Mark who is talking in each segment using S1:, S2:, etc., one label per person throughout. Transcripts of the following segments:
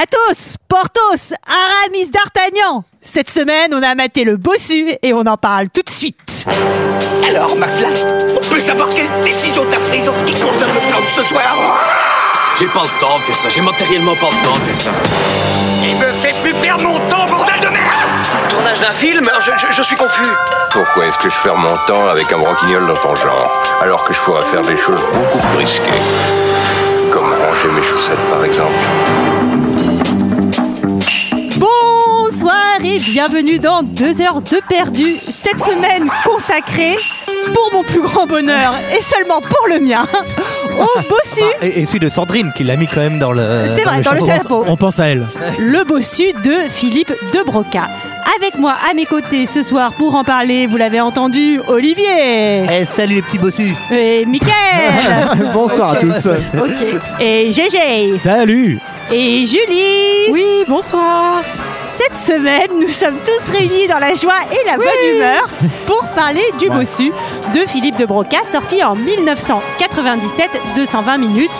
S1: Athos, Porthos, Aramis d'Artagnan. Cette semaine, on a maté le bossu et on en parle tout de suite.
S2: Alors, McFly, on peut savoir quelle décision t'as prise en ce qui concerne le plan de ce soir
S3: J'ai pas le temps de faire ça, j'ai matériellement pas le temps de faire ça.
S2: Il me fait plus perdre mon temps, bordel de merde
S4: Tournage d'un film hein, je, je- je suis confus.
S5: Pourquoi est-ce que je perds mon temps avec un broquignol dans ton genre, alors que je pourrais faire des choses beaucoup plus risquées Comme ranger mes chaussettes, par exemple.
S1: Bonsoir et bienvenue dans 2 heures de perdu. Cette semaine consacrée, pour mon plus grand bonheur et seulement pour le mien, au bossu.
S6: Et, et celui de Sandrine qui l'a mis quand même dans le.
S1: C'est vrai, dans le chapeau.
S7: On pense à elle.
S1: le bossu de Philippe de Broca. Avec moi à mes côtés ce soir pour en parler, vous l'avez entendu, Olivier
S6: Eh, salut les petits bossus
S1: et Mickaël
S7: Bonsoir à tous.
S1: et GG
S7: Salut
S1: et Julie.
S8: Oui, bonsoir.
S1: Cette semaine, nous sommes tous réunis dans la joie et la bonne humeur pour parler du bossu de Philippe de Broca, sorti en 1997, 220 minutes,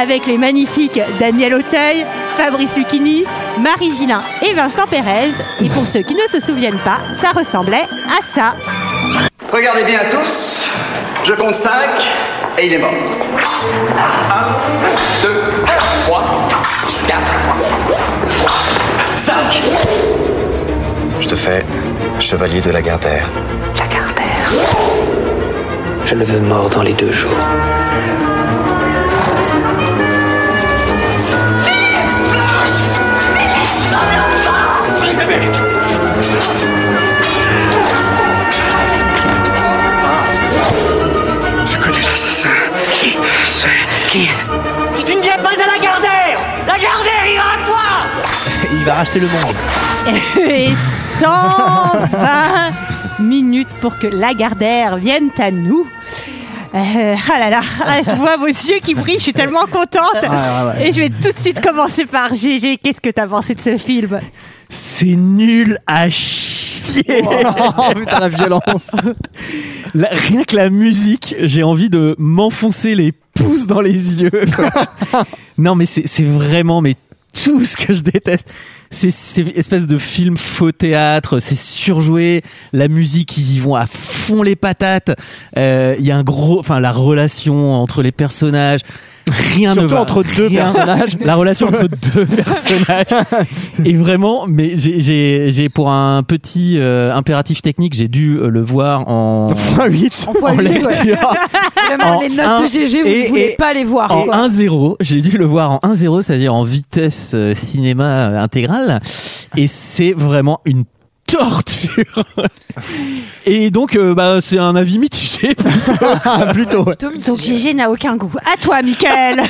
S1: avec les magnifiques Daniel Auteuil, Fabrice Lucchini, Marie Gillin et Vincent Pérez. Et pour ceux qui ne se souviennent pas, ça ressemblait à ça.
S4: Regardez bien tous. Je compte 5 et il est mort.
S2: 2, 3, 4,
S4: 5
S5: Je te fais chevalier de la Garde-Terre.
S4: La Carter. Je le veux mort dans les deux jours.
S2: Je connais l'assassin. Qui c'est Qui
S4: Tu ne viens pas à la Gardère La Gardère ira à toi
S6: Il va racheter le monde.
S1: Et 120 minutes pour que Lagardère vienne à nous. Euh, ah là là, ah, je vois vos yeux qui brillent, je suis tellement contente. Et je vais tout de suite commencer par GG. Qu'est-ce que t'as pensé de ce film
S7: C'est nul à chier
S9: Oh,
S7: Putain, la violence La- Rien que la musique, j'ai envie de m'enfoncer les pouces dans les yeux. quoi. non, mais c'est c'est vraiment mais tout ce que je déteste. C'est c'est espèce de film faux théâtre, c'est surjoué, la musique, ils y vont à fond les patates. Euh, Il y a un gros, enfin la relation entre les personnages, rien ne
S9: Surtout
S7: va.
S9: entre deux
S7: Rien.
S9: personnages.
S7: La relation entre deux personnages. Et vraiment, mais j'ai- j'ai j'ai- pour un petit euh, impératif technique, j'ai dû euh, le voir en,
S9: x8
S8: On voit
S7: en
S8: lui, ouais.
S7: lecture.
S8: Vraiment,
S7: En
S8: les
S7: un
S8: notes de GG, vous
S7: et-
S8: ne voulez
S7: et-
S8: pas les voir.
S7: En
S8: quoi.
S7: 1-0, j'ai dû le voir en 1-0, c'est-à-dire en vitesse euh, cinéma euh, intégrale. Et c'est vraiment une torture. Et donc, euh, bah, c'est un avis mitigé.
S9: plutôt. ouais.
S1: Donc GG n'a aucun goût. À toi, Michael.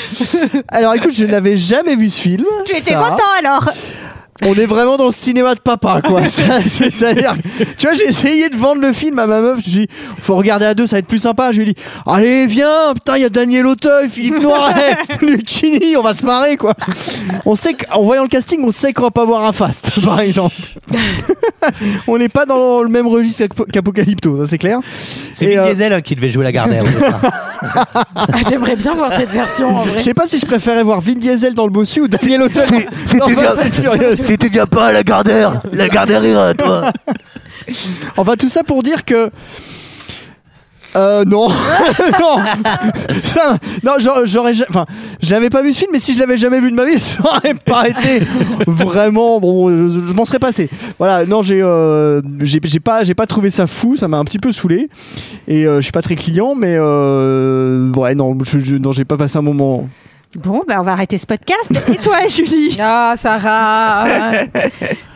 S9: Alors écoute, je n'avais jamais vu ce film.
S1: tu étais
S9: Sarah.
S1: content alors
S9: On est vraiment dans le cinéma de papa, quoi. Ça, C'est-à-dire, tu vois, j'ai essayé de vendre le film à ma meuf. Je lui dis, faut regarder à deux, ça va être plus sympa. Je lui dis, allez, viens, putain, il y a Daniel Auteuil, Philippe Noiret, Lucchini, on va se marrer, quoi. On sait qu'en voyant le casting, on sait qu'on va pas voir un fast, par exemple. on n'est pas dans le même registre qu'Apo- qu'Apocalypto, ça c'est clair.
S6: C'est
S9: Et,
S6: Vin
S9: euh,
S6: Diesel hein, qui devait jouer la Gardère. au départ.
S8: Ah, J'aimerais bien voir cette version en vrai.
S9: Je sais pas si je préférais voir Vin Diesel dans le bossu ou Daniel Auteuil dans Fast and Furious.
S10: Si tu viens pas à la Gardère, la Gardère ira à toi.
S9: Enfin, tout ça pour dire que. Euh, non, non, Ça, non, j'aurais- j'aurais, ja- enfin, j'avais pas vu ce film, mais si je l'avais jamais vu de ma vie, ça aurait pas été vraiment bon. Je, je m'en serais passé. Voilà, non, j'ai, euh, j'ai, j'ai pas, j'ai pas trouvé ça fou. Ça m'a un petit peu saoulé, et euh, je suis pas très client, mais euh, ouais, non, je, je- non, j'ai pas passé un moment.
S1: Bon, ben on va arrêter ce podcast. Et toi, Julie
S8: Ah, Sarah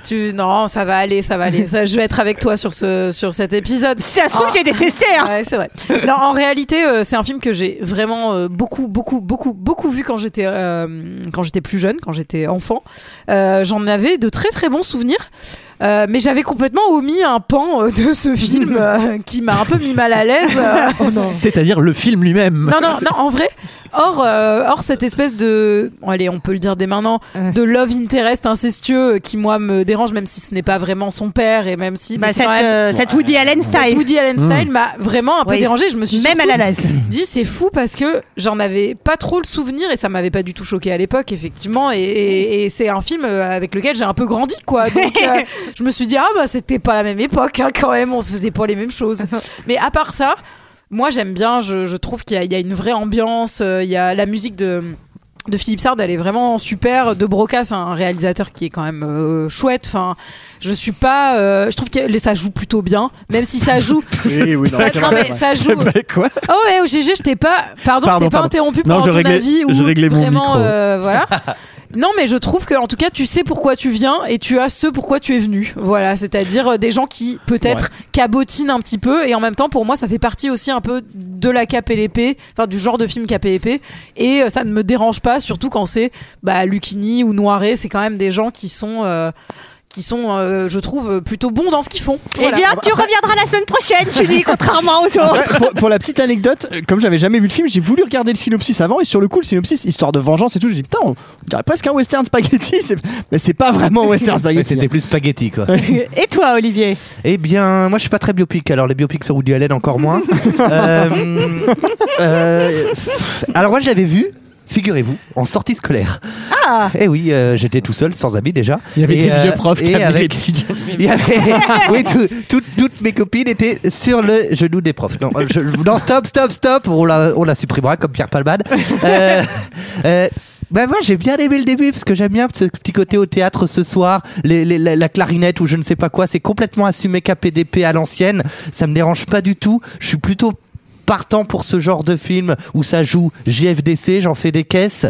S8: Tu non, ça va aller, ça va aller. Ça, je vais être avec toi sur ce sur cet épisode.
S1: Si ça se trouve,
S8: Ah.
S1: j'ai détesté. hein.
S8: Ouais, c'est vrai. Non, en réalité, euh, c'est un film que j'ai vraiment euh, beaucoup, beaucoup, beaucoup, beaucoup vu quand j'étais euh, quand j'étais plus jeune, quand j'étais enfant. Euh, J'en avais de très très bons souvenirs. Euh, mais j'avais complètement omis un pan euh, de ce film euh, qui m'a un peu mis mal à l'aise. Euh,
S7: C'est-à-dire le film lui-même.
S8: non, non, non, en vrai. Or, euh, or cette espèce de, bon, allez, on peut le dire dès maintenant, de love interest incestueux euh, qui moi me dérange, même si ce n'est pas vraiment son père et même si.
S1: Bah,
S8: mais c'est
S1: cette,
S8: quand même-
S1: euh, cette Woody Allen style. Mm.
S8: Woody Allen style m'a vraiment un peu
S1: Oui.
S8: dérangé. Je me suis
S1: Même à
S8: surtout
S1: la lasse.
S8: dit c'est fou parce que j'en avais pas trop le souvenir et ça m'avait pas du tout choqué à l'époque effectivement et, et- et c'est un film euh, avec lequel j'ai un peu grandi quoi. Donc euh, je me suis dit ah bah c'était pas la même époque hein, quand même on faisait pas les mêmes choses. Mais à part ça, moi j'aime bien. Je, je trouve qu'il y, a- il y a une vraie ambiance. euh, Il y a la musique de de Philippe Sard, elle est vraiment super. De Broca, c'est un réalisateur qui est quand même euh, chouette. Enfin, je suis pas. euh, je trouve que ça joue plutôt bien, même si ça joue.
S11: Oui, Eh oui, non.
S8: ça, non, mais ça joue.
S9: quoi
S8: Oh ouais, au GG, je t'ai pas. Pardon,
S9: Pardon,
S8: je t'ai pas
S9: pardon.
S8: interrompu
S9: Non,
S8: pendant
S9: je
S8: ton
S9: réglais-
S8: avis.
S9: je
S8: ou
S9: réglais mon
S8: vraiment,
S9: micro.
S8: euh, voilà. Non, mais je trouve que, en tout cas, tu sais pourquoi tu viens et tu as ce pourquoi tu es venu. Voilà, c'est-à-dire euh, des gens qui peut-être cabotinent un petit peu et en même temps, pour moi, ça fait partie aussi un peu de la KPLP, enfin du genre de film KPLP. Et euh, ça ne me dérange pas, surtout quand c'est bah, Lucchini ou Noiret, c'est quand même des gens qui sont. euh, qui sont, euh, je trouve, plutôt bons dans ce qu'ils font.
S1: Eh
S8: Voilà.
S1: bien, tu reviendras la semaine prochaine, Julie, contrairement aux autres.
S11: Après, pour, pour la petite anecdote, euh, comme j'avais jamais vu le film, j'ai voulu regarder le synopsis avant et sur le coup, le synopsis, histoire de vengeance et tout, je dis putain, on dirait presque un western spaghetti, c'est- mais c'est pas vraiment western
S7: Ouais,
S11: spaghetti. hein.
S7: C'était plus spaghetti quoi.
S8: Ah
S1: Et toi, Olivier
S7: Eh bien, moi je suis pas très biopic, alors les biopics sur Woody Allen encore moins. Euh, euh, pff, alors moi je l'avais vu, figurez-vous, en sortie scolaire.
S1: Ah
S7: Eh oui, euh, j'étais tout seul, sans amis déjà.
S9: Il y avait
S7: Et,
S9: des
S7: euh,
S9: vieux profs qui
S7: et
S9: avaient
S7: avec-
S9: des petits jeunes.
S7: Il y avait- oui, tout- tout- toutes mes copines étaient sur le genou des profs. Non, euh, je- non, stop, stop, stop. On la, on la supprimera comme Pierre Palman. Euh, euh, ben moi j'ai bien aimé le début parce que j'aime bien ce petit côté au théâtre ce soir, les- les- la, la clarinette ou je ne sais pas quoi, c'est complètement assumé KPDP à l'ancienne, ça me dérange pas du tout, je suis plutôt partant pour ce genre de film où ça joue JFDC, j'en fais des caisses,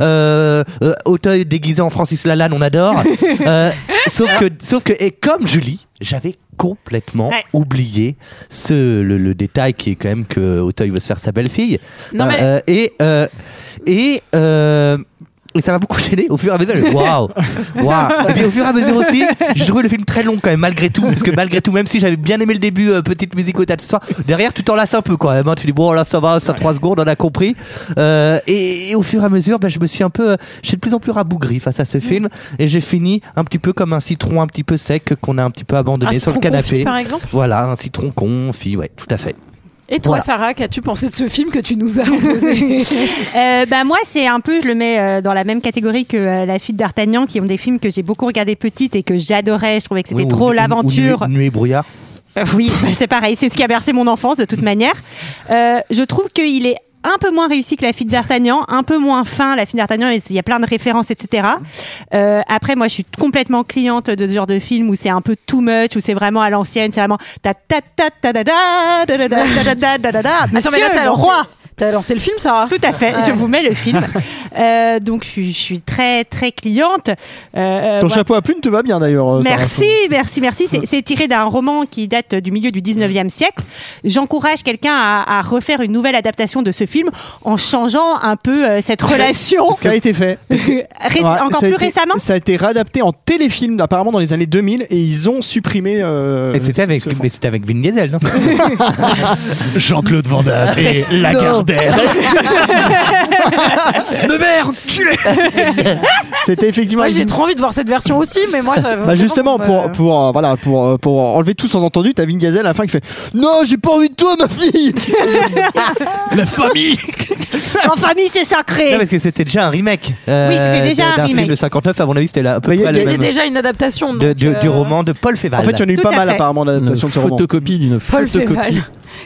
S7: Euh, euh, Auteuil déguisé en Francis Lalanne, on adore, Euh, sauf que sauf que et comme Julie, j'avais complètement
S1: Ouais.
S7: oublié ce le, le détail qui est quand même que Auteuil veut se faire sa belle-fille.
S8: Non, mais-
S7: Euh, et euh, et euh, et ça m'a beaucoup gêné au fur et à mesure. j'ai- Waouh! Waouh! Et puis au fur et à mesure aussi, j'ai trouvé le film très long quand même, malgré tout. Parce que malgré tout, même si j'avais bien aimé le début, euh, petite musique au tas de ce soir, derrière tu t'enlaces un peu quand même. hein. Tu dis bon, là ça va, ça 3 secondes, on a compris. Euh, et, et au fur et à mesure, ben, je me suis un peu. euh, J'ai de plus en plus rabougri face à
S8: Mm.
S7: ce film. Et j'ai fini un petit peu comme un citron un petit peu sec qu'on a un petit peu abandonné
S8: Un
S7: sur le
S8: citron confit,
S7: canapé.
S8: par exemple
S7: Voilà, un citron confit, ouais, tout à fait.
S8: Et toi,
S7: Voilà.
S8: Sarah, qu'as-tu pensé de ce film que tu nous as proposé
S1: Euh, bah, moi, c'est un peu, je le mets euh, dans la même catégorie que euh, La fille d'Artagnan, qui ont des films que j'ai beaucoup regardé petite et que j'adorais. Je trouvais que c'était
S7: Oui, ou-
S1: trop
S7: ou- ou
S1: l'aventure.
S7: Nuit, nuit et brouillard.
S1: Euh, Oui, bah, c'est pareil, c'est ce qui a bercé mon enfance de toute manière. Euh, je trouve qu'il est un peu moins réussi que la fille d'Artagnan, un peu moins fin, la fille d'Artagnan, il y a plein de références, etc. Euh, après, moi, je suis complètement cliente de ce genre de film où c'est un peu too much, où c'est vraiment à l'ancienne, c'est vraiment ta ta ta ta da da da da da da da da da da. Monsieur le
S8: lancé-
S1: roi
S8: T'as lancé le film, Sarah
S1: tout à fait, je vous mets le film. Euh, donc, je suis, je suis très, très cliente. Euh,
S11: Ton
S1: voilà.
S11: chapeau à plumes te va bien d'ailleurs. euh, Sarah.
S1: Merci, merci, merci. C'est- C'est tiré d'un roman qui date du milieu du 19e siècle. J'encourage quelqu'un à, à refaire une nouvelle adaptation de ce film en changeant un peu euh, cette relation.
S11: Ça a été fait.
S1: Ré-
S11: Ouais,
S1: encore
S11: ça a
S1: plus
S11: été-
S1: récemment
S11: Ça a été réadapté en téléfilm apparemment dans les années 2000 et ils ont supprimé. euh,
S7: Et c'était
S11: ce-
S7: avec,
S11: ce-
S7: mais c'était avec Vin Diesel, non?
S9: Jean-Claude Van Damme et Lagardère.
S11: C'était effectivement.
S8: Moi,
S11: avec
S8: j'ai
S11: Vin-
S8: trop envie de voir cette version aussi, mais moi, j'avais
S11: Bah
S8: vraiment
S11: justement
S8: qu'on
S11: pour
S8: me-
S11: pour euh, voilà pour euh, pour enlever tout sans entendu t'as Vin Diesel à la fin qui fait non j'ai pas envie de toi ma fille
S9: La famille
S1: En famille, c'est sacré.
S7: Non, parce que c'était déjà un remake.
S1: Oui, c'était déjà
S7: d'un
S1: un
S7: film
S1: remake.
S7: de 59, à mon avis, c'était là, à peu
S11: Mais il y a-
S7: près
S11: il y
S7: le
S11: a-
S8: Il y a
S7: même.
S8: déjà une adaptation.
S7: de-
S8: donc,
S7: du, du
S8: euh,
S7: roman de Paul Féval.
S11: en fait il y en a eu
S1: Tout
S11: pas
S1: à
S11: mal
S1: fait.
S11: apparemment d'adaptations de ce roman
S9: photocopie d'une
S8: Paul Féval.
S9: photocopie.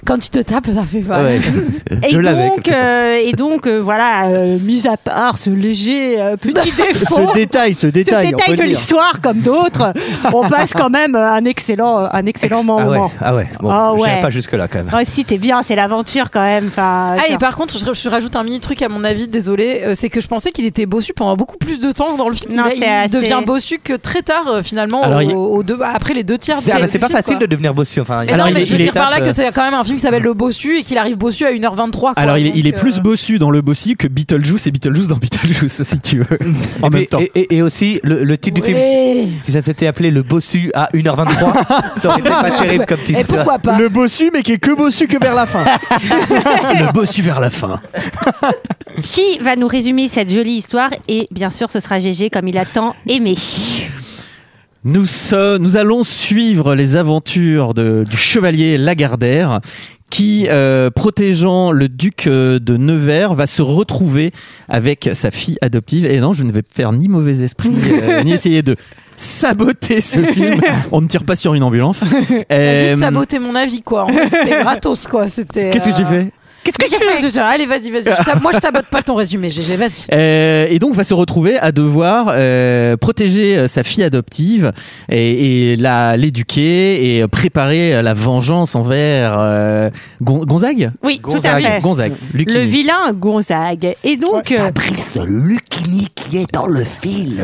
S8: Quand il te tape, ça fait mal.
S7: Ah Ouais.
S1: Et,
S7: Je l'avais,
S1: donc,
S7: quelque part.
S1: euh, et donc, euh, voilà, euh, mis à part ce léger euh, petit défaut.
S11: ce détail ce
S1: ce
S11: détail on
S1: détail
S11: peut
S1: de
S11: le dire.
S1: l'histoire, comme d'autres, on passe quand même euh, un excellent, un excellent
S7: ah ouais,
S1: moment.
S7: ah ouais. Bon,
S1: Ah
S7: j'irai
S1: ouais.
S7: pas jusque là quand même.
S1: Ouais, si t'es bien, c'est l'aventure quand même. Enfin,
S8: Ah,
S1: c'est-
S8: et par contre, je, je rajoute un mini truc à mon avis, désolé, euh, c'est que je pensais qu'il était bossu pendant beaucoup plus de temps dans le film.
S1: Non,
S8: Là, il
S1: c'est assez-
S8: devient bossu que très tard, euh, finalement,
S9: Alors,
S8: au-
S9: il-
S8: au deux- après les deux tiers
S7: C'est, ah,
S8: du-
S7: bah,
S8: du
S7: c'est pas
S8: film,
S7: facile de
S8: quoi.
S7: devenir bossu. Enfin,
S8: Mais
S9: Alors,
S8: non, mais
S9: il-
S8: je veux
S9: il est
S8: dire par là
S7: étape,
S8: que c'est quand même un film qui s'appelle Le Bossu et qu'il arrive bossu à 1h23. quoi.
S9: Alors il est, il est
S8: Donc,
S9: plus
S8: euh,
S9: bossu dans le bossu que Beetlejuice et Beetlejuice dans Beetlejuice si tu veux.
S7: euh,
S9: en
S7: et,
S9: même
S7: puis-
S9: temps.
S7: et- et- et aussi le, le titre du film.
S8: ouais.
S7: Si ça s'était appelé le bossu à 1h23, ça aurait été pas terrible comme titre.
S8: Et pourquoi pas
S11: le bossu mais qui est que bossu que vers la fin
S9: Ah, le bossu vers la fin.
S1: Qui va nous résumer cette jolie histoire Et bien sûr, ce sera GG comme il a tant aimé.
S9: Nous, se- nous allons suivre les aventures de- du chevalier Lagardère qui, euh, protégeant le duc euh, de Nevers, va se retrouver avec sa fille adoptive. Et non, je ne vais faire ni mauvais esprit, euh, ni essayer de saboter ce film. On ne tire pas sur une ambulance. Euh,
S8: Juste saboter euh, mon avis, quoi. En fait, c'était gratos, quoi. C'était.
S9: Qu'est-ce que tu fais
S8: Qu'est-ce que tu fais Allez, vas-y, vas-y. je tab- Moi, je sabote pas ton résumé, GG. Vas-y.
S9: Euh, et donc va se retrouver à devoir euh, protéger euh, sa fille adoptive et, et la l'éduquer et préparer euh, la vengeance envers euh, Gon- Gonzague.
S1: Oui,
S9: Gonzague,
S1: tout à fait.
S9: Gonzague.
S1: Le
S9: Lucchini.
S1: vilain Gonzague. Et donc, euh,
S10: Fabrice Lucchini qui est dans le film.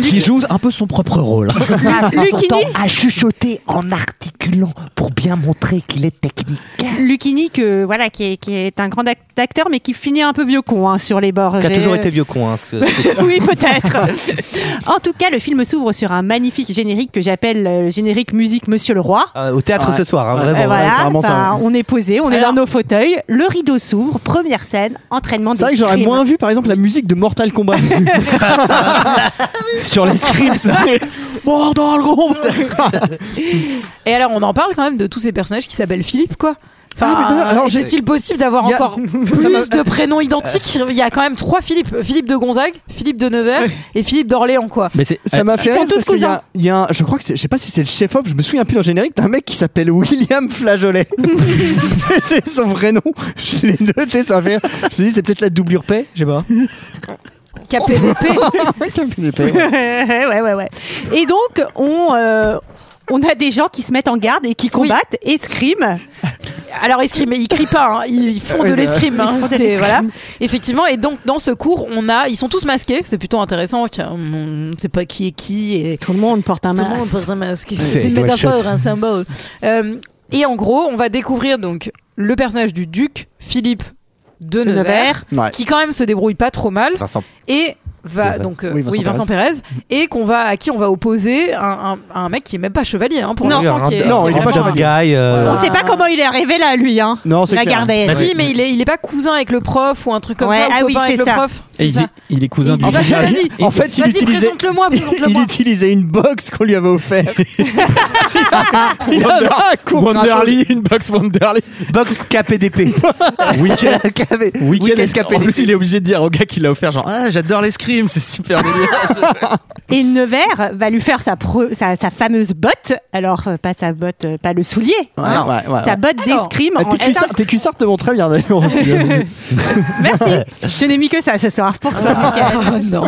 S9: qui joue un peu son propre rôle.
S10: passe son
S1: Lucchini
S10: temps à chuchoter en articulant pour bien montrer qu'il est technique.
S1: Lucchini, que, voilà, qui, est, qui est un grand act- acteur, mais qui finit un peu vieux con hein, sur les bords.
S7: Qui a
S1: J'ai- euh,
S7: toujours été vieux con. hein, ce- ce-
S1: oui, peut-être. en tout cas, le film s'ouvre sur un magnifique générique que j'appelle euh, générique musique Monsieur le Roi.
S7: Euh, au théâtre ce soir, hein,
S1: Euh,
S7: vraiment.
S1: voilà,
S11: c'est vraiment ça,
S1: bah, on est posé, on est
S8: Alors-
S1: dans nos fauteuils, le rideau s'ouvre, première scène, entraînement de
S11: C'est vrai que j'aurais
S1: scream.
S11: moins vu par exemple la musique de Mortal Kombat.
S9: Sur les scripts. Mort dans le groupe.
S8: Et alors, on en parle quand même de tous ces personnages qui s'appellent Philippe, quoi. Enfin,
S11: Ah, mais non, alors, j'ai-
S8: est-il possible d'avoir
S11: Il y a-
S8: encore
S11: Ça m'a-
S8: plus de prénoms identiques Il y a quand même trois Philippe Philippe de Gonzague, Philippe de Nevers et Philippe d'Orléans, quoi.
S9: Mais c'est euh,
S11: Ça m'a fait
S1: sont
S11: rire
S1: tous
S11: parce qu'il y
S1: cousins.
S11: a, il y a un- je crois que c'est, je sais pas si c'est le chef op, je me souviens plus dans le générique d'un mec qui s'appelle William Flageolet. c'est son vrai nom. Je l'ai noté, ça m'a fait. rire. Je me suis dit c'est peut-être la doublure paix, je sais pas.
S8: KPVP.
S1: ouais, ouais, ouais. Et donc, on, euh, on a des gens qui se mettent en garde et qui combattent, escriment.
S8: Alors escrime, mais ils crient pas, hein. ils font de l'escrime. hein.
S1: Ils font de
S8: C'est-
S1: l'escrime.
S8: voilà. Effectivement, et donc dans ce cours, on a, ils sont tous masqués, c'est plutôt intéressant. tiens, On ne sait pas qui est qui et
S1: Tout le monde porte un
S8: tout le monde
S1: masque.
S8: porte un masque.
S11: C'est
S8: C'est une
S11: Dwight
S8: métaphore, un symbole. Euh, et en gros, on va découvrir donc le personnage du duc Philippe de
S1: De
S8: Nevers,
S11: Ouais.
S8: qui quand même se débrouille pas trop mal
S9: Vincent.
S8: et va
S7: Vincent-
S8: donc euh,
S11: oui,
S8: oui,
S11: Vincent
S8: Vincent, Pérez, et qu'on va à qui on va opposer un, un- un mec qui est même pas chevalier hein, pour
S1: Non,
S8: l'instant qui est-
S11: non,
S8: qui est
S11: il est pas
S8: vraiment un- Ah.
S11: chevalier.
S7: Guy, euh,
S1: On sait pas comment il est arrivé là, lui. Hein.
S11: Non, c'est
S1: La
S11: clair.
S1: gardère.
S8: si, mais il est, il est pas cousin avec le prof ou un truc comme
S1: Ouais,
S8: ça, ou
S1: ah oui,
S8: copain avec
S1: c'est
S8: le
S1: ça.
S8: prof.
S9: Et
S8: c'est
S9: il,
S8: ça.
S9: il est cousin
S8: Il
S9: du
S8: dit,
S9: village.
S8: vas-y,
S11: En fait, il
S8: vas-y,
S11: utilisait,
S8: présente-le-moi,
S11: il
S8: présente-le-moi.
S11: utilisait une box qu'on lui avait offerte. il avait un cours gratuit.
S9: Wonderly, une box Wonderly.
S7: Box KPDP.
S9: Weekend,
S7: KV.
S9: weekend
S7: escapé.
S9: En plus, il est obligé de dire au gars qui l'a offert genre Ah, j'adore l'escrime, c'est super délire.
S1: Et Nevers va lui faire sa, pre- sa, sa fameuse botte. Alors, euh, pas sa botte, euh, pas le soulier. hein.
S11: Ouais, ouais, ouais,
S1: Sa
S11: ouais.
S1: botte
S8: Alors,
S1: d'escrime.
S11: Ah,
S1: en-
S11: Tes cuissards- tes cuissards te montrent très bien d'ailleurs aussi. hein,
S1: Merci. Je n'ai mis que ça ce soir pour toi,
S8: Ah, oh,
S1: Mickaël.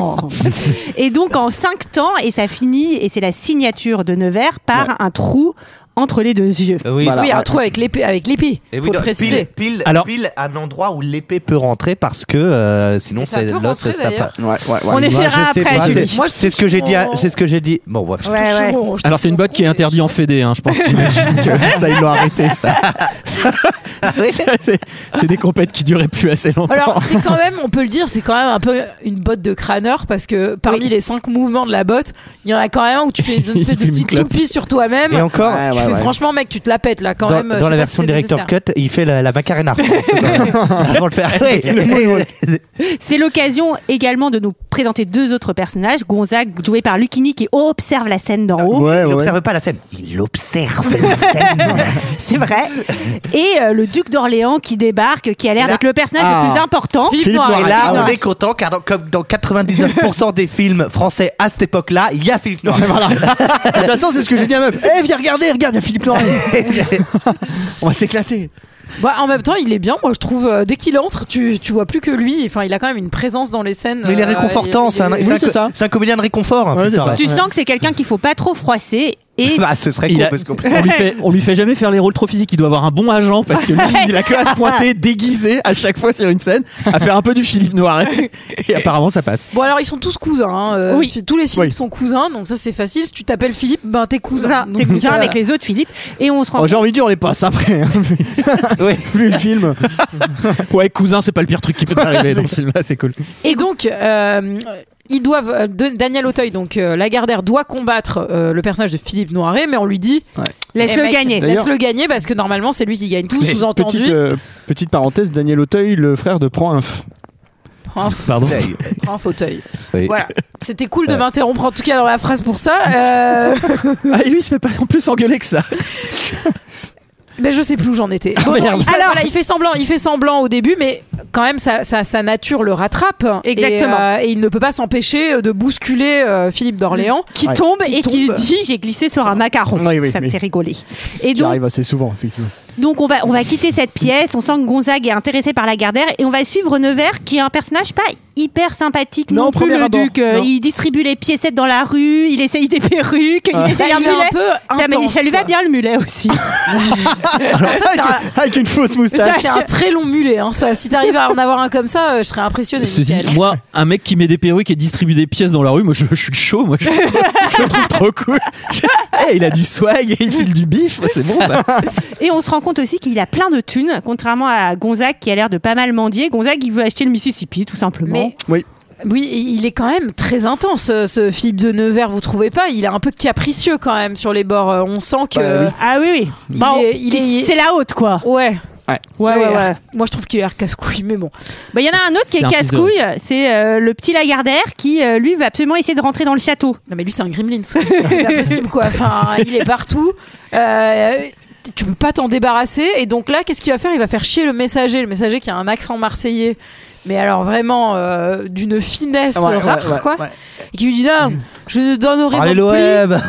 S1: Et donc en cinq temps, et ça finit, et c'est la signature de Nevers par un trou entre les deux yeux.
S7: Oui,
S11: Voilà.
S8: Oui,
S11: Ah,
S8: un
S11: ouais.
S8: trou avec l'épée, avec l'épée.
S7: Et oui,
S8: faut le
S7: non,
S8: préciser.
S7: Pile, pile,
S9: Alors-
S7: pile un endroit où l'épée peut rentrer parce que euh, sinon
S8: Mais ça
S7: c'est
S8: peut
S7: l'os
S8: rentrer,
S7: ça
S8: d'ailleurs.
S7: pas.
S11: Ouais, ouais, ouais.
S1: On
S7: Moi,
S1: essaiera
S7: je sais
S1: après,
S7: pas,
S1: Julie.
S7: c'est-
S8: Moi, je
S7: C'est ce que j'ai dit. à-
S8: touche
S7: C'est ce que j'ai dit. Bon, bref.
S1: Ouais, ouais.
S8: Bon, je-
S9: Alors, c'est une botte qui est interdite en fédé, hein. je pense. J'imagine que ça, ils l'ont arrêté, ça. Ça-
S11: Ah
S9: ça, c'est- c'est des compètes qui duraient plus assez longtemps.
S8: Alors, c'est quand même, on peut le dire, c'est quand même un peu une botte de crâneur parce que parmi les cinq mouvements de la botte, il y en a quand même un où tu fais une
S9: Il
S8: espèce
S9: fait
S8: de
S9: une
S8: petite
S9: clope.
S8: toupie sur toi-même.
S7: Et encore,
S11: Ouais,
S8: Tu
S11: ouais,
S8: fais,
S11: ouais.
S8: Franchement, mec, tu te la pètes là quand
S7: dans,
S8: même.
S7: dans
S8: je sais
S7: la
S8: pas
S7: version
S8: si c'est
S7: director
S8: nécessaire.
S7: cut, il fait la, la macarena. Avant de le faire. Ouais.
S1: C'est l'occasion également de nous présenter deux autres personnages. Gonzague, joué par Lucchini, qui observe la scène d'en haut.
S11: Ouais,
S7: Il
S11: ouais.
S7: n'observe pas la scène.
S10: Il observe la scène.
S1: C'est vrai. Et euh, le duc d'Orléans qui débarque, qui a l'air
S7: Là-
S1: d'être le personnage
S11: Ah.
S1: le plus important.
S8: Philippe
S11: Philippe
S8: Noiret.
S11: Noiret.
S7: Et là,
S1: ouais.
S7: on est content car dans, comme dans 99% des films français à cette époque-là, il y a Philippe Noiret.
S11: Voilà. De toute façon, c'est ce que j'ai dit à meuf. Eh, viens regarder, regarde, il y a Philippe Laurent. On va s'éclater.
S8: Bah, en même temps, il est bien. Moi, je trouve, euh, dès qu'il entre, tu, tu vois plus que lui. Enfin, il a quand même une présence dans les scènes.
S7: Mais il est
S8: euh,
S7: réconfortant,
S8: il-
S7: c'est un,
S8: il-
S7: c'est un
S11: c'est
S7: co-
S11: ça.
S7: c'est un comédien de réconfort. hein,
S11: Ouais,
S7: Philippe
S11: c'est ça.
S7: Noiret.
S1: Tu sens que c'est quelqu'un qu'il faut pas trop froisser. Et
S7: Bah, ce serait
S9: Il
S7: con
S9: a-
S7: parce qu'on-
S9: on, lui fait, on lui fait jamais faire les rôles trop physiques. Il doit avoir un bon agent parce que lui, il a que à se pointer déguisé à chaque fois sur une scène, à faire un peu du Philippe Noiret. Et apparemment, ça passe.
S8: Bon alors ils sont tous cousins. hein, euh,
S1: Oui.
S8: Tous les Philippe
S11: Oui.
S8: sont cousins, donc ça c'est facile. Si tu t'appelles Philippe, ben t'es cousin.
S1: t'es
S8: Donc,
S1: cousin
S8: euh,
S1: avec les autres, Philippe. Et on se rend
S11: Oh, j'ai envie de dire, on les passe après. hein. Plus le film.
S9: Ouais, cousin, c'est pas le pire truc qui peut arriver dans ce
S11: Bah,
S9: film-là, c'est cool.
S8: Et donc euh, ils doivent. euh, de- Daniel Auteuil, donc euh, Lagardère doit combattre euh, le personnage de Philippe Noiret, mais on lui dit eh,
S1: Laisse-le
S8: mec,
S1: gagner.
S8: Laisse-le gagner parce que normalement
S9: euh,
S8: c'est lui qui gagne tout. Sous-entendu.
S11: Petite, euh, petite parenthèse, Daniel Auteuil, le frère de Proinf.
S8: Un
S9: Pardon
S8: un fauteuil.
S7: Oui.
S8: Voilà. C'était cool de m'interrompre en tout cas dans la phrase pour ça. Euh,
S9: Ah, et lui, il se fait pas en plus engueuler que ça.
S8: ben je sais plus où j'en étais. Bon, non, il fait, Alors voilà, il fait semblant, il fait semblant au début, mais quand même sa, sa, sa nature le rattrape.
S1: Exactement.
S8: Et, euh, et il ne peut pas s'empêcher de bousculer euh, Philippe d'Orléans.
S1: qui tombe et qui
S8: tombe.
S1: dit j'ai glissé sur un macaron.
S11: Oui, oui,
S1: ça me
S11: oui.
S1: fait rigoler.
S11: Qui
S1: Et donc,
S11: arrive assez souvent, effectivement.
S1: donc on, va, on va quitter cette pièce. On sent que Gonzague est intéressé par la Gardère et on va suivre Nevers qui est un personnage pas hyper sympathique non,
S11: Non, au
S1: plus.
S11: premier
S1: Le
S11: abord,
S1: duc, Euh,
S11: non.
S1: il distribue les piécettes dans la rue, il essaye des perruques, il
S8: Bah,
S1: essaye un
S8: il est
S1: mulet.
S8: un peu
S1: Ça, mais
S8: intense,
S1: ça lui va
S8: quoi.
S1: bien le mulet aussi.
S8: Ça, c'est un-
S9: Ah,
S11: Avec une fausse
S8: ça,
S11: moustache.
S8: c'est un très long mulet. hein. Ça, si t'arrives à en avoir un comme ça, euh, je serais impressionné.
S9: Ceci dit, moi, un mec qui met des perruques et distribue des pièces dans la rue, moi je, je suis chaud, moi je, je le trouve trop cool. Je- Eh, il a du swag, il file du bif, c'est bon ça.
S1: Et on se rend compte aussi qu'il a plein de thunes, contrairement à Gonzague qui a l'air de pas mal mendier. Gonzague, il veut acheter le Mississippi, tout simplement.
S8: Mais
S11: Oui.
S8: Oui, il est quand même très intense, ce Philippe de Nevers, vous trouvez pas Il est un peu capricieux quand même sur les bords. Euh, On sent que.
S11: Bah
S1: Ah oui, oui.
S8: Il
S1: Bon,
S8: est- il est-
S1: C'est la haute, quoi.
S8: Ouais.
S1: Ouais, ouais, ouais.
S8: Moi, je trouve qu'il a l'air casse-couille, mais bon.
S1: Bah, Il y en a un autre qui est
S9: C'est un fils de-
S1: casse-couille, c'est euh, le petit Lagardère qui, euh, lui, va absolument essayer de rentrer dans le château.
S8: Non, mais lui, c'est un gremlin. C'est pas possible, quoi. Enfin, il est partout. Euh, tu peux pas t'en débarrasser. Et donc là, qu'est-ce qu'il va faire Il va faire chier le messager. Le messager qui a un accent marseillais. Mais alors vraiment euh, d'une finesse
S11: Ah Ouais, ouais,
S8: rare,
S11: ouais,
S8: quoi.
S11: ouais.
S8: Et qui lui dit non, je ne donnerai
S7: Allez
S8: mon prix
S7: l'OM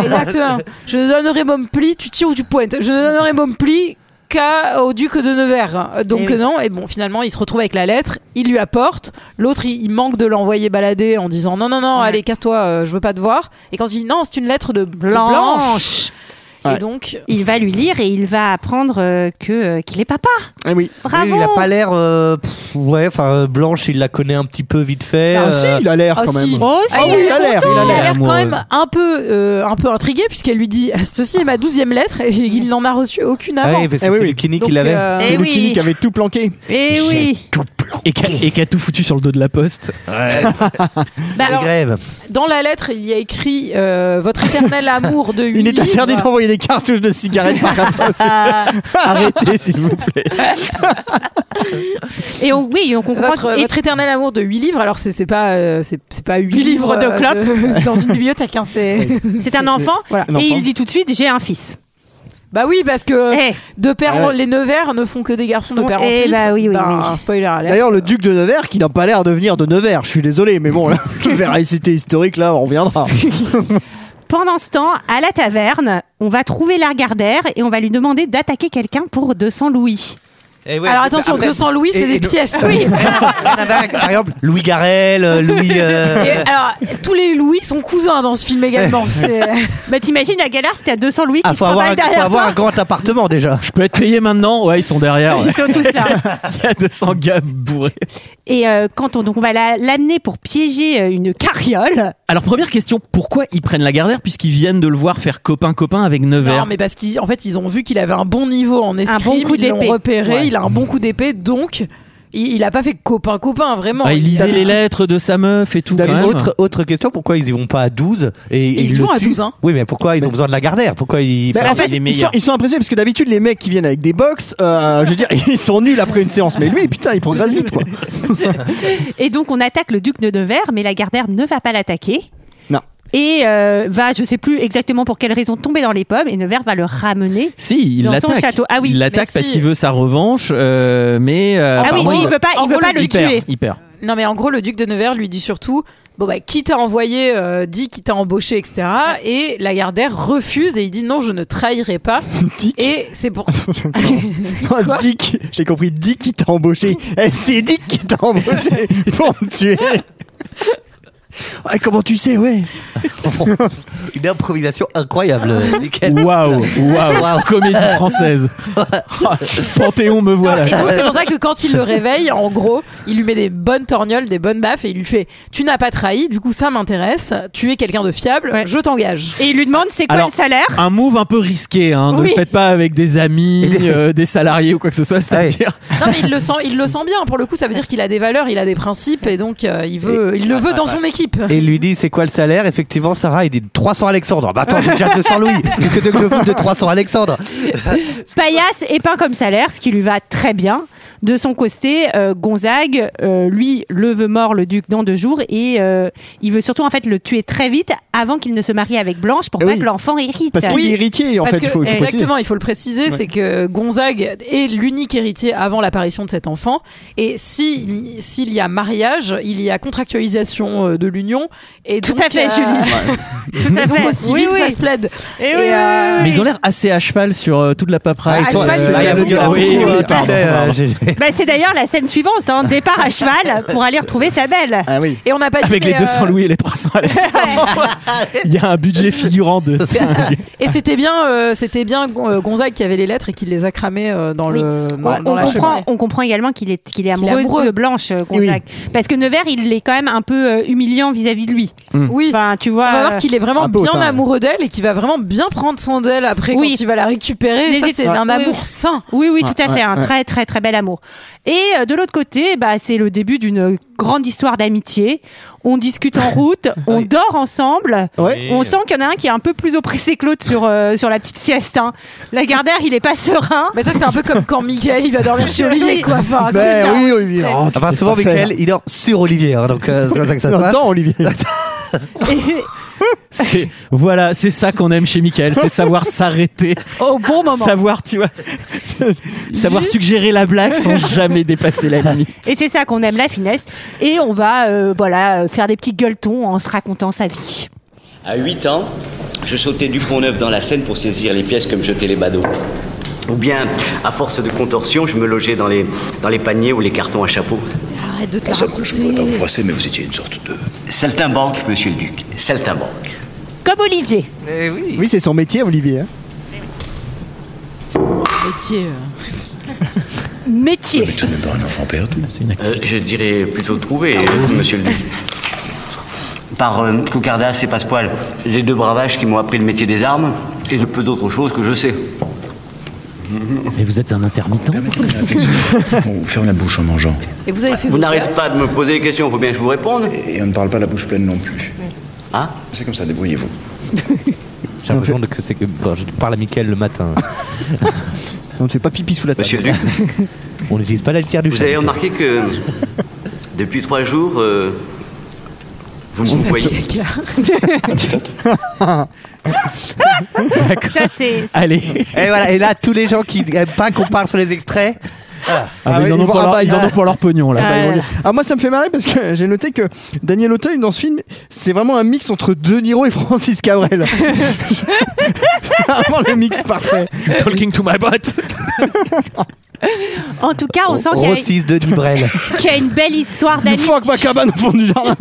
S8: Exactement. Je ne donnerai mon pli, tu tires ou tu pointes. Je ne donnerai mon pli qu'à au duc de Nevers. Donc
S1: Eh oui.
S8: non, et bon, finalement, il se retrouve avec la lettre, il lui apporte, l'autre, il, il manque de l'envoyer balader en disant non, non, non,
S1: Ouais.
S8: allez, casse-toi, euh, je veux pas te voir. Et quand il dit non, c'est une lettre de blanche. Et
S11: Ouais.
S8: donc,
S1: Il va lui lire et il va apprendre euh, que euh, qu'il est papa.
S11: Ah oui.
S1: Bravo.
S7: Oui, il a pas l'air. euh, pff, ouais, enfin, euh, Blanche, il la connaît un petit peu vite fait.
S11: Ah, si,
S7: euh,
S11: il a l'air
S8: Ah,
S11: quand
S8: si.
S11: même.
S1: Oh, si.
S8: Ah, il,
S11: il a l'air,
S8: content,
S9: il a
S8: il
S9: l'air
S8: a l'air quand
S9: amoureux.
S8: même un peu, euh, un peu intrigué puisqu'elle lui dit ceci est ma douzième lettre et il n'en a reçu aucune
S7: ah
S8: avant.
S7: oui, parce que
S11: Eh oui,
S7: c'est
S11: oui.
S7: Lucchini
S8: Donc,
S7: qui l'avait.
S8: euh,
S1: Eh
S11: C'est
S1: oui.
S11: Lucini qui avait tout planqué.
S1: Eh oui.
S9: Et qu'a et qu'a tout foutu sur le dos de la poste.
S1: Bah,
S7: Les
S1: alors,
S7: grèves.
S8: Dans la lettre, il y a écrit euh, votre éternel amour de huit
S11: Il est interdit
S8: livres.
S11: d'envoyer des cartouches de cigarettes par la poste. Arrêtez, s'il vous plaît.
S1: et on, oui, on comprend.
S8: Votre,
S1: et-
S8: votre éternel amour de 8 livres, alors c'est c'est pas, euh, c'est c'est pas 8
S1: Huit livres de
S8: euh,
S1: clopes.
S8: dans une bibliothèque. hein, c'est-
S1: c'est un enfant
S8: Voilà.
S11: Un enfant.
S1: et il dit tout de suite j'ai un fils.
S8: Bah oui, parce que
S1: Eh.
S8: de père,
S11: Ah ouais.
S8: les Nevers ne font que des garçons de
S1: Bon,
S8: père en
S1: eh
S8: fils.
S1: bah oui, oui,
S8: Ben,
S1: oui.
S8: un spoiler alert.
S11: D'ailleurs, le duc de Nevers, qui n'a pas l'air de venir de Nevers, je suis désolé, mais bon, là, la véracité historique, là, on reviendra.
S1: Pendant ce temps, à la taverne, on va trouver Lagardère et on va lui demander d'attaquer quelqu'un pour 200 louis.
S7: Eh ouais,
S1: bah,
S8: alors
S7: mais
S8: attention,
S7: après-
S8: 200 louis, c'est
S7: et-
S8: des
S7: et nous-
S8: pièces.
S7: Il y en avait un, Par exemple, Louis Garel, euh, Louis. euh,
S8: Et alors, tous les Louis sont cousins dans ce film également. c'est-
S1: Bah t'imagines la galère si t'as 200 louis qui
S7: Ah,
S1: se
S7: faut avoir,
S1: travaillent
S7: un- faut
S1: derrière
S7: avoir
S1: toi.
S7: un grand appartement déjà.
S9: Je peux être payé maintenant Ouais, ils sont derrière. ouais.
S1: Ils sont tous là.
S9: Il y a 200 gars bourrés.
S1: Et euh, quand on, donc on va la- l'amener pour piéger euh, une carriole,
S9: Alors, première question, pourquoi ils prennent la Gardère puisqu'ils viennent de le voir faire copain-copain avec Nevers
S8: Non, mais parce qu'en fait, ils ont vu qu'il avait un bon niveau en escrime,
S1: bon coup
S8: ils l'ont
S1: d'épée.
S8: repéré, il a un bon coup d'épée, donc il, il a pas fait copain-copain, vraiment.
S9: Ah, il lisait
S8: a-
S9: les lettres de sa meuf et tout. quand
S7: David,
S9: même.
S7: autre, autre question, pourquoi ils y vont pas à 12 et, et
S8: Ils y
S7: le
S8: vont à
S7: tuent
S8: 12, hein.
S7: Oui, mais pourquoi ils ont besoin de la Gardère Pourquoi ils.
S11: Mais
S7: Enfin,
S11: en fait,
S9: il est
S11: ils sont,
S9: meilleur.
S11: ils sont impressionnés parce que d'habitude, les mecs qui viennent avec des box, euh, je veux dire, ils sont nuls après une séance. Mais lui, putain, il progresse vite, quoi.
S1: et donc on attaque le duc de Nevers, mais la Gardère ne va pas l'attaquer.
S11: Non.
S1: Et euh, va, je sais plus exactement pour quelle raison, tomber dans les pommes, et Nevers va le ramener.
S9: Si, il
S1: Dans son
S9: l'attaque.
S1: château. Ah oui,
S9: il l'attaque
S8: mais
S9: parce
S8: si.
S9: qu'il veut sa revanche, euh, mais. euh,
S1: Ah oui,
S9: apparemment,
S1: oui, il veut pas,
S8: en
S1: il veut
S8: gros,
S1: pas
S8: le
S1: le
S8: duc
S1: tuer.
S9: perd, il perd.
S8: Non, mais en gros, le duc de Nevers lui dit surtout Bon, bah, qui t'a envoyé, euh, dit qui t'a embauché, etc. Et Lagardère refuse et il dit Non, je ne trahirai pas.
S11: Dick.
S8: Et c'est pour.
S11: Non, Dick, j'ai compris, Dick qui t'a embauché. Eh, c'est Dick qui t'a embauché pour me tuer. Ouais, comment tu sais, ouais
S7: Une improvisation incroyable. Nickel.
S9: Waouh, waouh, comédie française. Panthéon, me voilà.
S8: Et donc, c'est pour ça que quand il le réveille, en gros, il lui met des bonnes torgnoles, des bonnes baffes et il lui fait Tu n'as pas trahi, du coup, ça m'intéresse. Tu es quelqu'un de fiable,
S1: Ouais.
S8: je t'engage.
S1: Et il lui demande c'est quoi
S9: Alors-
S1: le salaire
S9: Un move un peu risqué, hein. ne
S1: Oui.
S9: le faites pas avec des amis, euh, des salariés ou quoi que ce soit, c'est-à-dire.
S8: Non, mais il le sent, il le sent bien. Pour le coup, ça veut dire qu'il a des valeurs, il a des principes et donc euh, il, veut, il le veut dans son équipe.
S7: Et il lui dit c'est quoi le salaire Effectivement, Sarah, il dit 300 Alexandre. Bah attends, j'ai déjà 200 Louis. Qu'est-ce que tu veux que je foute de 300 Alexandre
S1: Paillasse et pain comme salaire, ce qui lui va très bien. De son côté, euh, Gonzague, euh, lui, le veut mort, le duc, dans deux jours, et euh, il veut surtout en fait le tuer très vite avant qu'il ne se marie avec Blanche pour
S11: Eh
S1: pas
S11: oui.
S1: que l'enfant hérite.
S11: Parce qu'il est héritier, en
S8: Parce
S11: fait. il
S8: que-
S11: faut, il faut préciser.
S8: exactement, il faut le préciser, c'est que Gonzague est l'unique héritier avant l'apparition de cet enfant. Et si s'il y a mariage, il y a contractualisation euh, de l'union. Et
S1: Tout
S8: donc,
S1: à fait,
S8: euh,
S1: Julie. Tout à fait.
S8: Au civil,
S1: Oui,
S8: ça
S1: oui.
S8: se plaide.
S1: Eh
S8: Et,
S1: oui, oui,
S8: euh,
S1: oui,
S9: Mais ils ont
S1: oui.
S9: l'air assez à cheval sur euh, toute la
S8: À
S9: paperasse.
S8: cheval,
S9: Euh,
S8: c'est
S9: la
S8: bien.
S9: biographie.
S8: Ah
S7: oui, oui,
S9: pardon,
S7: tu sais, euh,
S9: pardon.
S7: j'ai-
S1: Bah, c'est d'ailleurs la scène suivante, hein, départ à cheval pour aller retrouver sa belle.
S11: Ah oui.
S8: et on n'a pas dit,
S9: Avec les
S8: mais,
S9: 200
S8: euh,
S9: louis et les 300 Alexandre. Il y a un budget figurant de.
S8: Et c'était bien, euh, c'était bien Gon- euh, Gonzague qui avait les lettres et qui les a cramées euh, dans
S1: Oui.
S8: le dans,
S1: On,
S8: dans
S1: on
S8: la
S1: comprend,
S8: cheminée.
S1: on comprend également qu'il est, qu'il est
S8: Qu'il est
S1: amoureux,
S8: amoureux.
S1: de Blanche, euh, Gonzague. Parce que Nevers, il est quand même un peu euh, humiliant vis-à-vis de lui.
S11: Mm.
S8: Oui.
S1: Enfin, tu vois.
S8: on va voir
S1: euh,
S8: qu'il est vraiment
S11: un peu
S8: bien
S11: hautain, ouais.
S8: amoureux d'elle et qu'il va vraiment bien prendre son d'elle après
S1: Oui.
S8: quand il va la récupérer. Ça,
S1: N'hésite-
S8: c'est un
S1: Ouais.
S8: amour sain.
S1: euh, Oui, oui, tout à
S11: ouais,
S1: fait. Un
S11: ouais.
S1: très, très, très bel amour. Et euh, de l'autre côté, bah, c'est le début d'une grande histoire d'amitié. On discute en route, on dort ensemble.
S11: Ouais.
S1: On sent qu'il y en a un qui est un peu plus oppressé que l'autre sur, euh, sur la petite sieste. Hein. Lagardère, il est pas serein.
S8: Mais ça, c'est un peu comme quand Michael il va dormir chez Olivier, quoi. Enfin, c'est
S11: Ben
S8: ça.
S11: oui, Olivier. Oh, tu
S7: Enfin,
S11: peux
S7: souvent,
S11: pas faire.
S7: Michael, il dort sur Olivier, hein, donc euh, c'est comme ça que ça se
S11: Non,
S7: passe.
S11: attends, Olivier.
S1: Et-
S9: C'est- Voilà, c'est ça qu'on aime chez Michael, c'est savoir s'arrêter,
S1: au bon moment.
S9: savoir, tu vois, savoir suggérer la blague sans jamais dépasser la limite.
S1: Et c'est ça qu'on aime, la finesse. Et on va euh, voilà, euh, faire des petits gueuletons en se racontant sa vie.
S3: À 8 ans, je sautais du pont neuf dans la Seine pour saisir les pièces comme jeter les badauds. Ou bien, à force de contorsion, je me logeais dans les, dans les paniers ou les cartons à chapeau.
S8: Arrête de te la
S12: Je voudrais pas
S8: raconter.
S12: vous froisser, mais vous étiez une sorte de.
S3: Saltimbanque, monsieur le duc. Saltimbanque.
S1: Comme Olivier.
S11: Oui, c'est son métier, Olivier. hein.
S8: Métier.
S1: Métier.
S12: Tout de même pas un enfant perdu.
S3: Euh, je dirais plutôt trouvé,
S11: Ah
S3: euh, monsieur le duc. Par euh, Cocardas et Passepoil, les deux bravages qui m'ont appris le métier des armes et le peu d'autres choses que je sais.
S9: Mais vous êtes un intermittent
S12: On ferme la bouche en mangeant.
S8: Et vous avez fait
S3: Vous
S8: vos-
S3: n'arrêtez pas de me poser des questions, il faut bien que je vous réponde.
S12: Et on ne parle pas la bouche pleine non plus.
S3: Hein
S12: C'est comme ça, débrouillez-vous.
S7: J'ai l'impression que c'est que bon, je parle à Michael le matin.
S11: On ne fait pas pipi sous la table.
S3: Monsieur le duc,
S7: On n'utilise pas la pierre du
S3: vous
S7: chat,
S3: avez
S7: Michael.
S3: remarqué que depuis trois jours, euh, vous me voyez.
S1: Ça, c'est.
S9: Allez,
S7: Et voilà, et là, tous les gens qui n'aiment pas qu'on parle sur les extraits,
S9: Ah, mais
S11: oui,
S9: ils, en ont
S11: ils vont-
S9: pour
S11: ah,
S9: leur,
S11: bah,
S9: ils en ont pour leur pognon là.
S11: Bah, ils vont
S1: Ah,
S11: dire. Ah, moi, ça me fait marrer parce que j'ai noté que Daniel Auteuil, dans ce film, c'est vraiment un mix entre De Niro et Francis Cabrel. C'est vraiment le mix parfait.
S9: Talking to my bot.
S1: En tout cas, on sent qu'il y a-
S7: Rossis de Nibrel.
S9: Eh,
S1: qu'il y, a une belle histoire
S11: You
S1: d'amitié.
S11: fuck ma cabane au fond du jardin.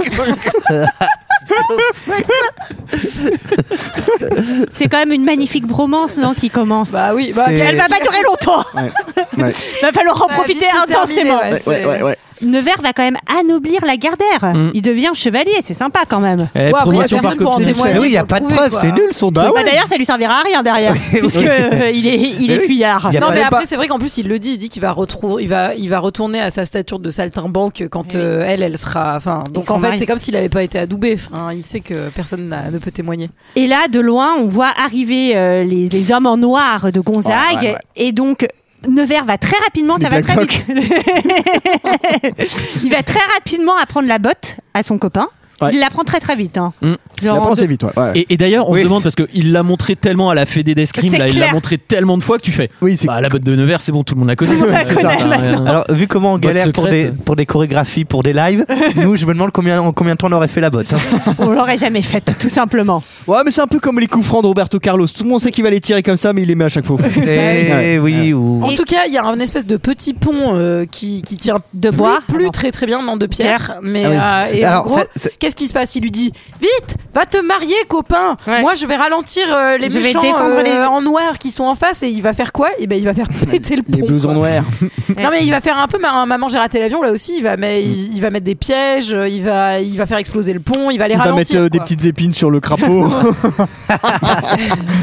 S1: C'est quand même une magnifique bromance, non, qui commence.
S8: Bah oui, bah,
S11: C'est-
S1: Elle va pas durer longtemps.
S11: Ouais.
S1: Il va falloir en
S8: Bah,
S1: profiter
S8: vite, c'est
S1: intensément.
S8: terminé,
S11: Ouais,
S8: ouais.
S11: ouais, ouais.
S1: Nevers va quand même anoblir la Gardère. Il devient chevalier, c'est sympa quand même.
S9: Eh,
S8: après,
S9: promotion
S8: il y
S9: par
S8: a personne pour en
S9: Copsec.
S8: témoigner.
S7: Mais oui, il n'y a pas de
S8: prouver,
S7: preuve,
S8: quoi.
S7: c'est nul son
S11: Bah
S7: truc.
S1: Bah, D'ailleurs, ça lui servira à rien derrière, puisque euh, il est, il est
S11: oui.
S1: fuyard.
S7: Il y a
S8: Non
S7: pas-
S8: mais
S11: fallait
S8: après
S11: pas-
S8: c'est vrai qu'en plus il le dit, il dit qu'il va retrouver, il va, il va retourner à sa stature de saltimbanque quand
S1: Eh
S8: euh, elle, elle sera, enfin donc
S1: sera
S8: en fait
S1: mariée.
S8: c'est comme s'il n'avait pas été adoubé. Enfin, il sait que personne n'a- ne peut témoigner.
S1: Et là, de loin, on voit arriver euh, les, les hommes en noir de Gonzague.
S11: Ouais, ouais, ouais.
S1: Et donc, Nevers va très rapidement, ça va
S11: Black
S1: très vite. il va très rapidement apprendre la botte à son copain.
S11: Ouais.
S1: Il l'apprend très très vite. Hein.
S9: Mm.
S1: Genre
S11: La
S1: en
S11: pensée
S1: deux-
S11: vite, ouais. ouais.
S9: Et, et d'ailleurs, on se demande parce qu'il l'a montré tellement à la Fédé d'escrime,
S1: C'est
S9: là, il l'a
S1: clair.
S9: montré tellement de fois que tu fais.
S11: Oui, c'est-
S9: Bah, la botte de Nevers, c'est bon, tout le monde la connaît.
S1: monde la
S9: C'est
S1: connaît,
S9: ça, ouais.
S7: Alors, vu comment on
S9: Botte
S7: galère pour des,
S9: secrète.
S7: pour des chorégraphies, pour des lives, nous, je me demande combien, en combien de temps on aurait fait la botte. hein.
S1: On l'aurait jamais faite, tout simplement.
S11: Ouais, mais c'est un peu comme les coups francs de Roberto Carlos. Tout le monde sait qu'il va les tirer comme ça, mais il les met à chaque
S8: Bah
S11: fois.
S7: Eh oui, ou.
S8: En tout cas, il y a un espèce de petit pont euh, qui, qui tient de bois, plus très très bien, non de pierre. Mais
S7: Ah
S8: euh, et
S7: Alors,
S8: en gros,
S7: ça- ça-
S8: qu'est-ce qui se passe Il lui dit vite, va te marier, copain.
S1: Ouais.
S8: Moi, je vais ralentir euh, les
S1: Je vais
S8: méchants
S1: défendre
S8: euh,
S1: les-
S8: en noir qui sont en face. Et il va faire quoi Et ben, il va faire péter le pont.
S11: Les blousons
S8: quoi.
S11: noirs.
S8: Non mais il va faire un peu ma- maman j'ai raté l'avion là aussi il va mais il, il va mettre des pièges euh, il va il va faire exploser le pont il va les
S11: Il va
S8: ralentir
S11: mettre euh, des
S8: quoi.
S11: petites épines sur le crapaud.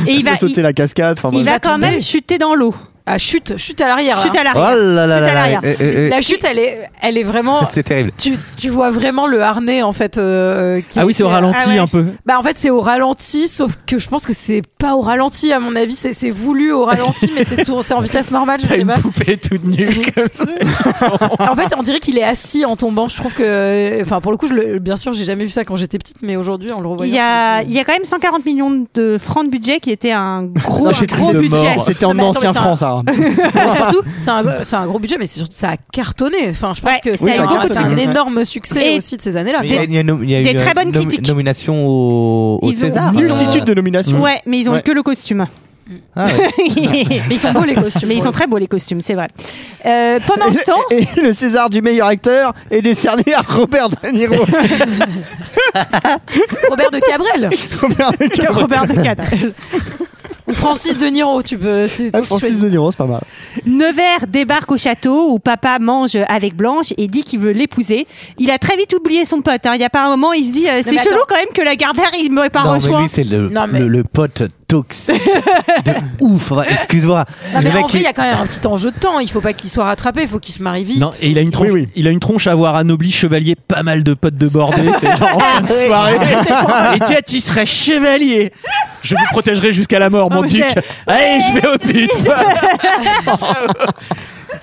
S1: Et il
S11: il
S1: va,
S11: va sauter
S1: il,
S11: la cascade. Enfin,
S1: il
S11: bref.
S1: va quand
S8: tomber.
S1: même chuter dans l'eau.
S8: Ah, chute, chute à l'arrière.
S1: Chute
S8: là.
S1: à l'arrière. Oh là là Chute à là là. l'arrière.
S9: Eh,
S1: Euh, euh, euh,
S8: La chute, elle est, elle est vraiment.
S7: C'est terrible.
S8: Tu, tu vois vraiment le harnais en fait. euh, qui
S9: Ah oui, c'est au
S8: était-
S9: ralenti, un peu.
S8: Bah en fait, c'est au ralenti, sauf que je pense que c'est pas au ralenti à mon avis. C'est c'est voulu au ralenti, mais c'est tout- c'est en vitesse normale. Je sais pas.
S9: poupée toute nue comme ça.
S8: en fait, on dirait qu'il est assis en tombant. Je trouve que, enfin, pour le coup, je le- bien sûr, j'ai jamais vu ça quand j'étais petite, mais aujourd'hui, on le revoit.
S1: Il y, a, il y a quand même 140 millions de francs de budget qui était un gros,
S8: Non,
S1: un
S8: j'ai cru
S1: gros
S8: de
S1: budget.
S8: mort. C'était en
S1: Non, mais attends,
S8: ancien
S1: mais c'est un-
S8: franc, ça. surtout, c'est un, c'est un gros budget, mais c'est surtout ça a cartonné. Enfin, je pense que
S7: Oui,
S8: c'est
S7: ça a
S8: un, c'est un
S7: cartonné.
S8: énorme succès aussi de ces années-là.
S7: Il y a, il y a nom- il y a eu, euh, nom- Nomination au, au
S1: Ils ont-
S7: César.
S1: ils ont- Ouais, mais ils ont
S7: Ouais.
S1: que le costume.
S7: Ah ouais.
S1: mais
S8: ils sont beaux les costumes.
S1: Mais ils sont très beaux les costumes, c'est vrai. Euh, pendant ce temps,
S11: Et le César du meilleur acteur est décerné à Robert De Niro.
S8: Robert de Cabrel.
S11: Robert de Cabrel.
S1: Robert de Cabrel.
S8: Ou Francis de Niro, tu peux. c'est
S7: Ah,
S8: toi qui
S11: Francis
S8: choisis.
S11: De Niro, c'est pas mal.
S1: Nevers débarque au château où papa mange avec Blanche et dit qu'il veut l'épouser. Il a très vite oublié son pote. hein. Il y a pas un moment, il se dit euh, c'est
S8: mais
S1: chelou
S8: attends.
S1: quand même que la Gardère il m'aurait pas
S7: non,
S1: rejoint.
S7: mais lui, c'est le,
S1: Non, mais-
S7: le, le pote toxique de ouf. Enfin, Excuse-moi.
S8: Non, mais
S7: Le mec,
S8: en vrai, il
S7: il-
S8: y a quand même un petit enjeu de temps. Il faut pas qu'il soit rattrapé, il faut qu'il se marie vite.
S9: Non, et il a une tronche, il a une tronche à avoir anobli chevalier, pas mal de potes de bordée, c'est genre en fin de soirée.
S11: Ah,
S7: Ah.
S9: Et tiens, tu serais chevalier. Je vous protégerai jusqu'à la mort,
S11: Non,
S9: mon
S11: mais
S9: duc.
S11: c'est-
S9: Allez, je vais au but.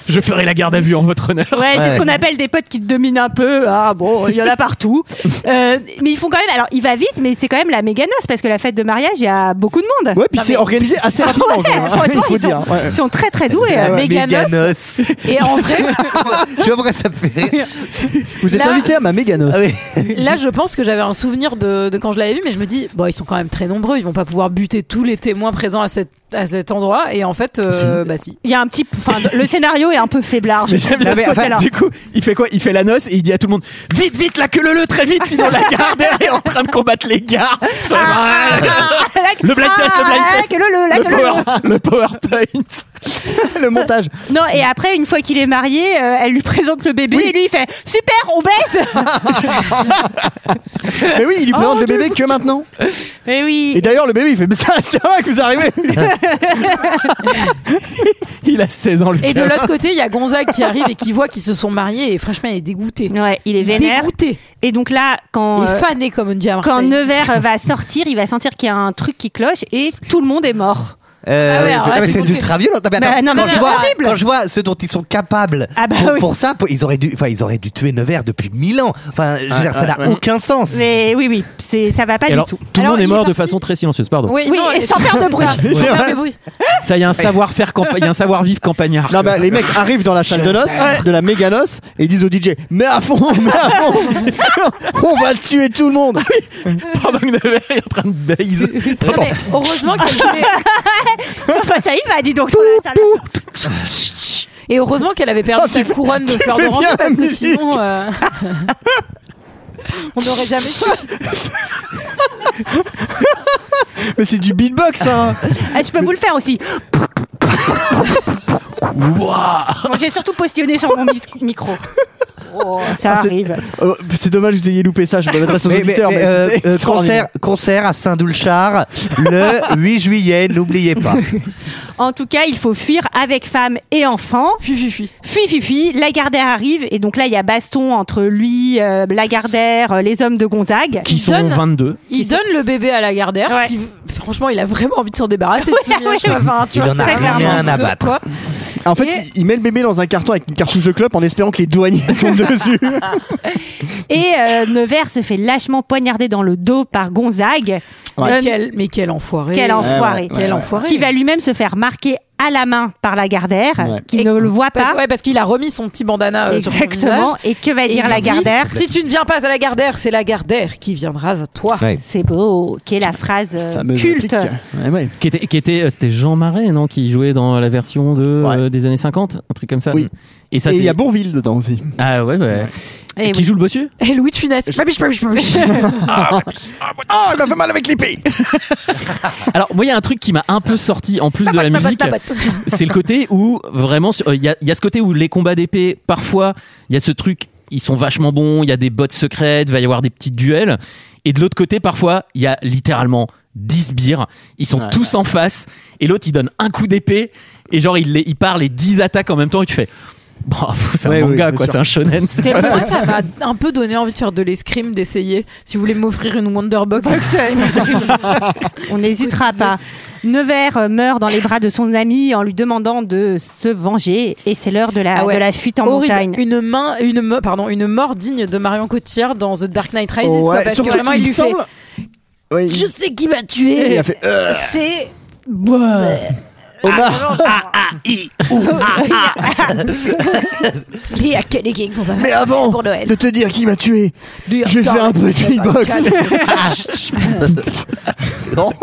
S9: je ferai la garde à vue en votre honneur.
S1: Ouais, c'est ce qu'on appelle des potes qui te dominent un peu. Ah bon, il y en a partout. Euh, mais ils font quand même. Alors, il va vite, mais c'est quand même la méga noce parce que la fête de mariage, il y a beaucoup de monde.
S11: Ouais, puis c'est organisé assez rapidement,
S1: Ah ouais,
S11: quand même, hein,
S1: franchement,
S11: il faut
S1: ils,
S11: dire,
S1: sont,
S11: ouais.
S1: ils sont très très doués.
S11: Ah ouais,
S1: méga
S11: méga
S1: noce.
S11: noce.
S8: Et en vrai,
S7: Je vois pourquoi ça me fait rire.
S11: Vous êtes
S8: Là-
S11: invité à ma méganos.
S8: Là, je pense que j'avais un souvenir de, de quand je l'avais vu, mais je me dis, bon, ils sont quand même très nombreux, ils vont pas pouvoir buter tous les témoins présents à, cette, à cet endroit. Et en fait, euh, bah si.
S1: Il y a un petit. Enfin, le scénario est un peu faiblard. je
S9: Mais j'aime
S1: trouve,
S9: bien
S1: de
S9: ce
S1: ce
S9: côté-là.
S1: côté-là.
S9: du coup, il fait quoi Il fait la noce et il dit à tout le monde Vite, vite, la queue le le, très vite, sinon la garde est en train de combattre les gars. Sur
S11: Ah,
S9: les- le blind test, le blind
S1: Ah,
S9: test.
S1: que le le, la que le le.
S9: power- le PowerPoint.
S11: le montage.
S1: Non, et après, une fois qu'il est marié, euh, elle lui présente le bébé et lui, il fait Super, on baisse
S11: Mais oui, il lui présente le bébé que maintenant.
S1: Mais oui.
S11: Et d'ailleurs, le bébé, il fait Mais ça, c'est vrai que vous arrivez.
S9: il a 16 ans, le
S8: Et de
S9: gamin.
S8: l'autre côté, il y a Gonzague qui arrive et qui voit qu'ils se sont mariés, et franchement, il est dégoûté.
S1: Ouais, il est vénère.
S8: Dégoûté.
S1: Et donc là, quand.
S8: Il est
S1: euh,
S8: fané, comme on dit à
S1: Quand
S8: Marseille.
S1: Nevers va sortir, il va sentir qu'il y a un truc qui cloche et tout le monde est mort.
S7: Euh,
S1: Ah ouais,
S7: ah,
S1: alors là,
S7: mais
S1: tu
S7: c'est
S1: comprends.
S7: ultra violent. Non, mais
S1: Bah,
S7: attends,
S1: non, mais
S7: quand, je
S1: c'est
S7: vois,
S1: horrible.
S7: quand je vois ce dont ils sont capables
S1: Ah bah
S7: pour,
S1: oui.
S7: pour ça, pour- ils auraient dû, enfin, ils auraient dû tuer Nevers depuis 1000 ans. Enfin, je veux dire, ça
S9: ouais,
S7: n'a
S9: ouais.
S7: aucun sens.
S1: Mais oui, oui, c'est- ça va pas
S9: Et
S1: du
S9: alors,
S1: tout.
S9: le monde est mort de façon très silencieuse, pardon.
S1: Oui, et sans faire de bruit.
S9: Ouais.
S1: Sans faire
S9: Ouais.
S1: de bruit.
S9: Ça, il y a un savoir-faire, campa- il y a un savoir-vivre campagnard.
S11: Non, bah, les mecs arrivent dans la salle de noces, de la méganos, et ils disent au DJ Mais à fond, mais à fond On va tuer tout le monde
S9: Pendant que Nevers est en train de baise.
S8: Non, mais heureusement qu'elle
S1: Enfin, ça y va, dis donc, dans la salle.
S8: Et heureusement qu'elle avait
S9: Ah,
S8: perdu sa couronne de
S1: tu
S8: fleur
S1: fais
S8: d'oranger
S1: bien la
S8: parce que
S1: musique.
S8: sinon. euh, On n'aurait jamais su.
S11: Mais c'est du beatbox, hein
S1: Ah, je peux vous le faire aussi.
S9: Wouah.
S1: Bon, J'ai surtout postillonné sur mon mi- micro. Oh, ça
S11: Ah, c'est-
S1: arrive.
S11: Euh, C'est dommage que vous ayez loupé ça, je m'adresse aux
S7: Mais- mais-
S11: auditeurs, mais,
S7: mais, euh,
S11: c'était
S7: euh,
S11: extraordinaire.
S7: concert, concert à Saint-Doulchard le 8 juillet, n'oubliez pas.
S1: En tout cas, il faut fuir avec femme et enfant.
S8: Fui, fui, fui.
S1: Fui, fui, fui. Lagardère arrive. Et donc là, il y a baston entre lui, euh, Lagardère, euh, les hommes de Gonzague.
S9: Qui sont 22.
S8: Il donne le bébé à la gardère. ce qui- franchement, il a vraiment envie de s'en débarrasser. de
S1: Ouais,
S8: Sylvia
S1: ouais,
S8: Chemin,
S1: ouais.
S8: tu
S1: Il
S8: vois,
S1: en a
S8: c'est
S1: rien
S8: clairement
S1: à
S8: de
S1: battre.
S8: quoi.
S11: En fait, il- il met le bébé dans un carton avec une cartouche de clope en espérant que les douaniers tombent dessus.
S1: Et euh, Nevers se fait lâchement poignarder dans le dos par Gonzague.
S8: Mais,
S1: Euh,
S8: quel, mais quel enfoiré.
S1: Quel enfoiré. Ah
S8: Ouais, ouais, quel enfoiré.
S1: Qui va lui-même se faire marquer à la main par Lagardère, qui
S8: Et-
S1: ne le voit pas.
S8: Parce, ouais, parce qu'il a remis son petit bandana euh, sur son
S1: Exactement.
S8: visage.
S1: Et que va dire
S8: il lui dit,
S1: Lagardère
S8: Si tu ne viens pas à la Gardère, c'est la Gardère qui viendra à toi.
S1: C'est beau, qui est la phrase euh,
S11: Ah,
S1: culte.
S9: Qui était, qui était, euh, c'était Jean Marais, non Qui jouait dans la version de, euh, des années 50, un truc comme ça.
S11: Oui.
S9: Et ça,
S11: et
S9: c'est-
S11: il y a Bourville dedans aussi.
S9: Ah ouais, ouais.
S1: Et
S9: qui joue le bossu
S8: Et Louis de Funès. Papiche, papiche, papiche.
S11: Ah, il m'a fait mal avec l'épée
S9: Alors, moi, il y a un truc qui m'a un peu sorti en plus de la musique. C'est le côté où vraiment, euh, il y, a- il y a ce côté où les combats d'épée, parfois, il y a ce truc, ils sont vachement bons, il y a des bottes secrètes, il va y avoir des petits duels. Et de l'autre côté, parfois, il y a littéralement 10 bières. Ils sont
S11: Ouais.
S9: tous en face. Et l'autre, il donne un coup d'épée. Et genre, il, les, il part les 10 attaques en même temps. Et tu fais. Bon, c'est un
S11: Ouais, oui,
S9: manga,
S11: c'est
S9: quoi.
S11: sûr.
S9: C'est un shonen. c'est
S8: T'es-
S9: pas
S8: moi,
S9: possible.
S8: ça m'a un peu donné envie de faire de l'escrime, d'essayer. Si vous voulez m'offrir une Wonderbox,
S1: On n'hésitera pas. Nevers euh, meurt dans les bras de son ami en lui demandant de se venger et c'est l'heure de la,
S8: Ah ouais.
S1: de la fuite en
S8: Horrible.
S1: montagne.
S8: Une main, une me- pardon, une mort digne de Marion Cotillard dans The Dark Knight Rises.
S11: Ouais,
S8: quoi, parce
S11: surtout
S8: que vraiment,
S11: qu'il
S8: il lui fait.
S11: semble- Ouais, il-
S8: Je sais Ah, qui m'a
S11: il
S8: tué.
S11: a fait, euh.
S8: C'est.
S11: Omar.
S8: Les Akele Kings, on va
S11: Mais avant
S8: pour Noël.
S11: de te dire qui m'a tué, je vais faire un peu de beatbox.
S7: Oh,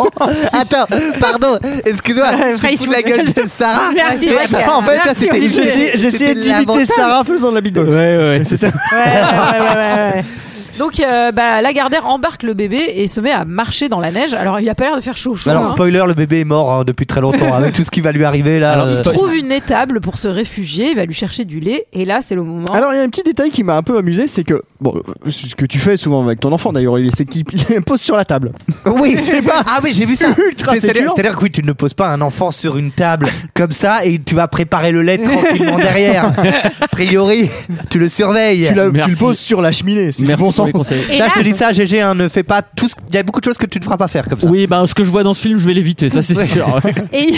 S7: Attends, pardon, excuse-moi, je fous la gueule de Sarah.
S8: Ah,
S1: Merci,
S7: Mais
S1: Pascal.
S7: en fait, là,
S1: Merci,
S7: c'était
S1: Olivier.
S7: une-
S11: J'essayais
S7: c'était
S11: j'essayais d'imiter
S7: l'avantage.
S11: Sarah faisant de la beatbox.
S9: Ouais, ouais, c'est ça.
S1: Ouais, ouais, ouais, ouais, ouais.
S8: Donc, euh, bah, Lagardère embarque le bébé et se met à marcher dans la neige. Alors, il a pas l'air de faire chaud, chaud.
S7: Alors,
S8: hein.
S7: spoiler, le bébé est mort hein, depuis très longtemps, avec tout ce qui va lui arriver là.
S9: Alors,
S7: euh,
S9: il se
S8: Il trouve une étable pour se réfugier, il va lui chercher du lait et là, c'est le moment.
S11: Alors il y a un petit détail qui m'a un peu amusé, c'est que bon, c'est ce que tu fais souvent avec ton enfant d'ailleurs, Olivier, c'est qu'il il pose sur la table.
S7: Oui, c'est pas. Ah oui, j'ai vu ça.
S11: Ultra
S7: C'est- C'est-à-dire
S11: sécure.
S7: c'est-à-dire que oui, tu ne poses pas un enfant sur une table comme ça et tu vas préparer le lait tranquillement derrière. A priori, tu le surveilles.
S11: Tu, la- tu
S9: Merci.
S11: le poses sur la cheminée. C'est du
S9: Merci
S11: bon
S9: pour
S11: sens.
S9: les conseils.
S1: Et
S7: Ça,
S1: là-
S7: je te dis ça, GG, hein, ne fais pas tout. ce- Il y a beaucoup de choses que tu ne feras pas faire comme ça.
S9: Oui, bah, ce que je vois dans ce film, je vais l'éviter, ça, c'est sûr.
S1: Et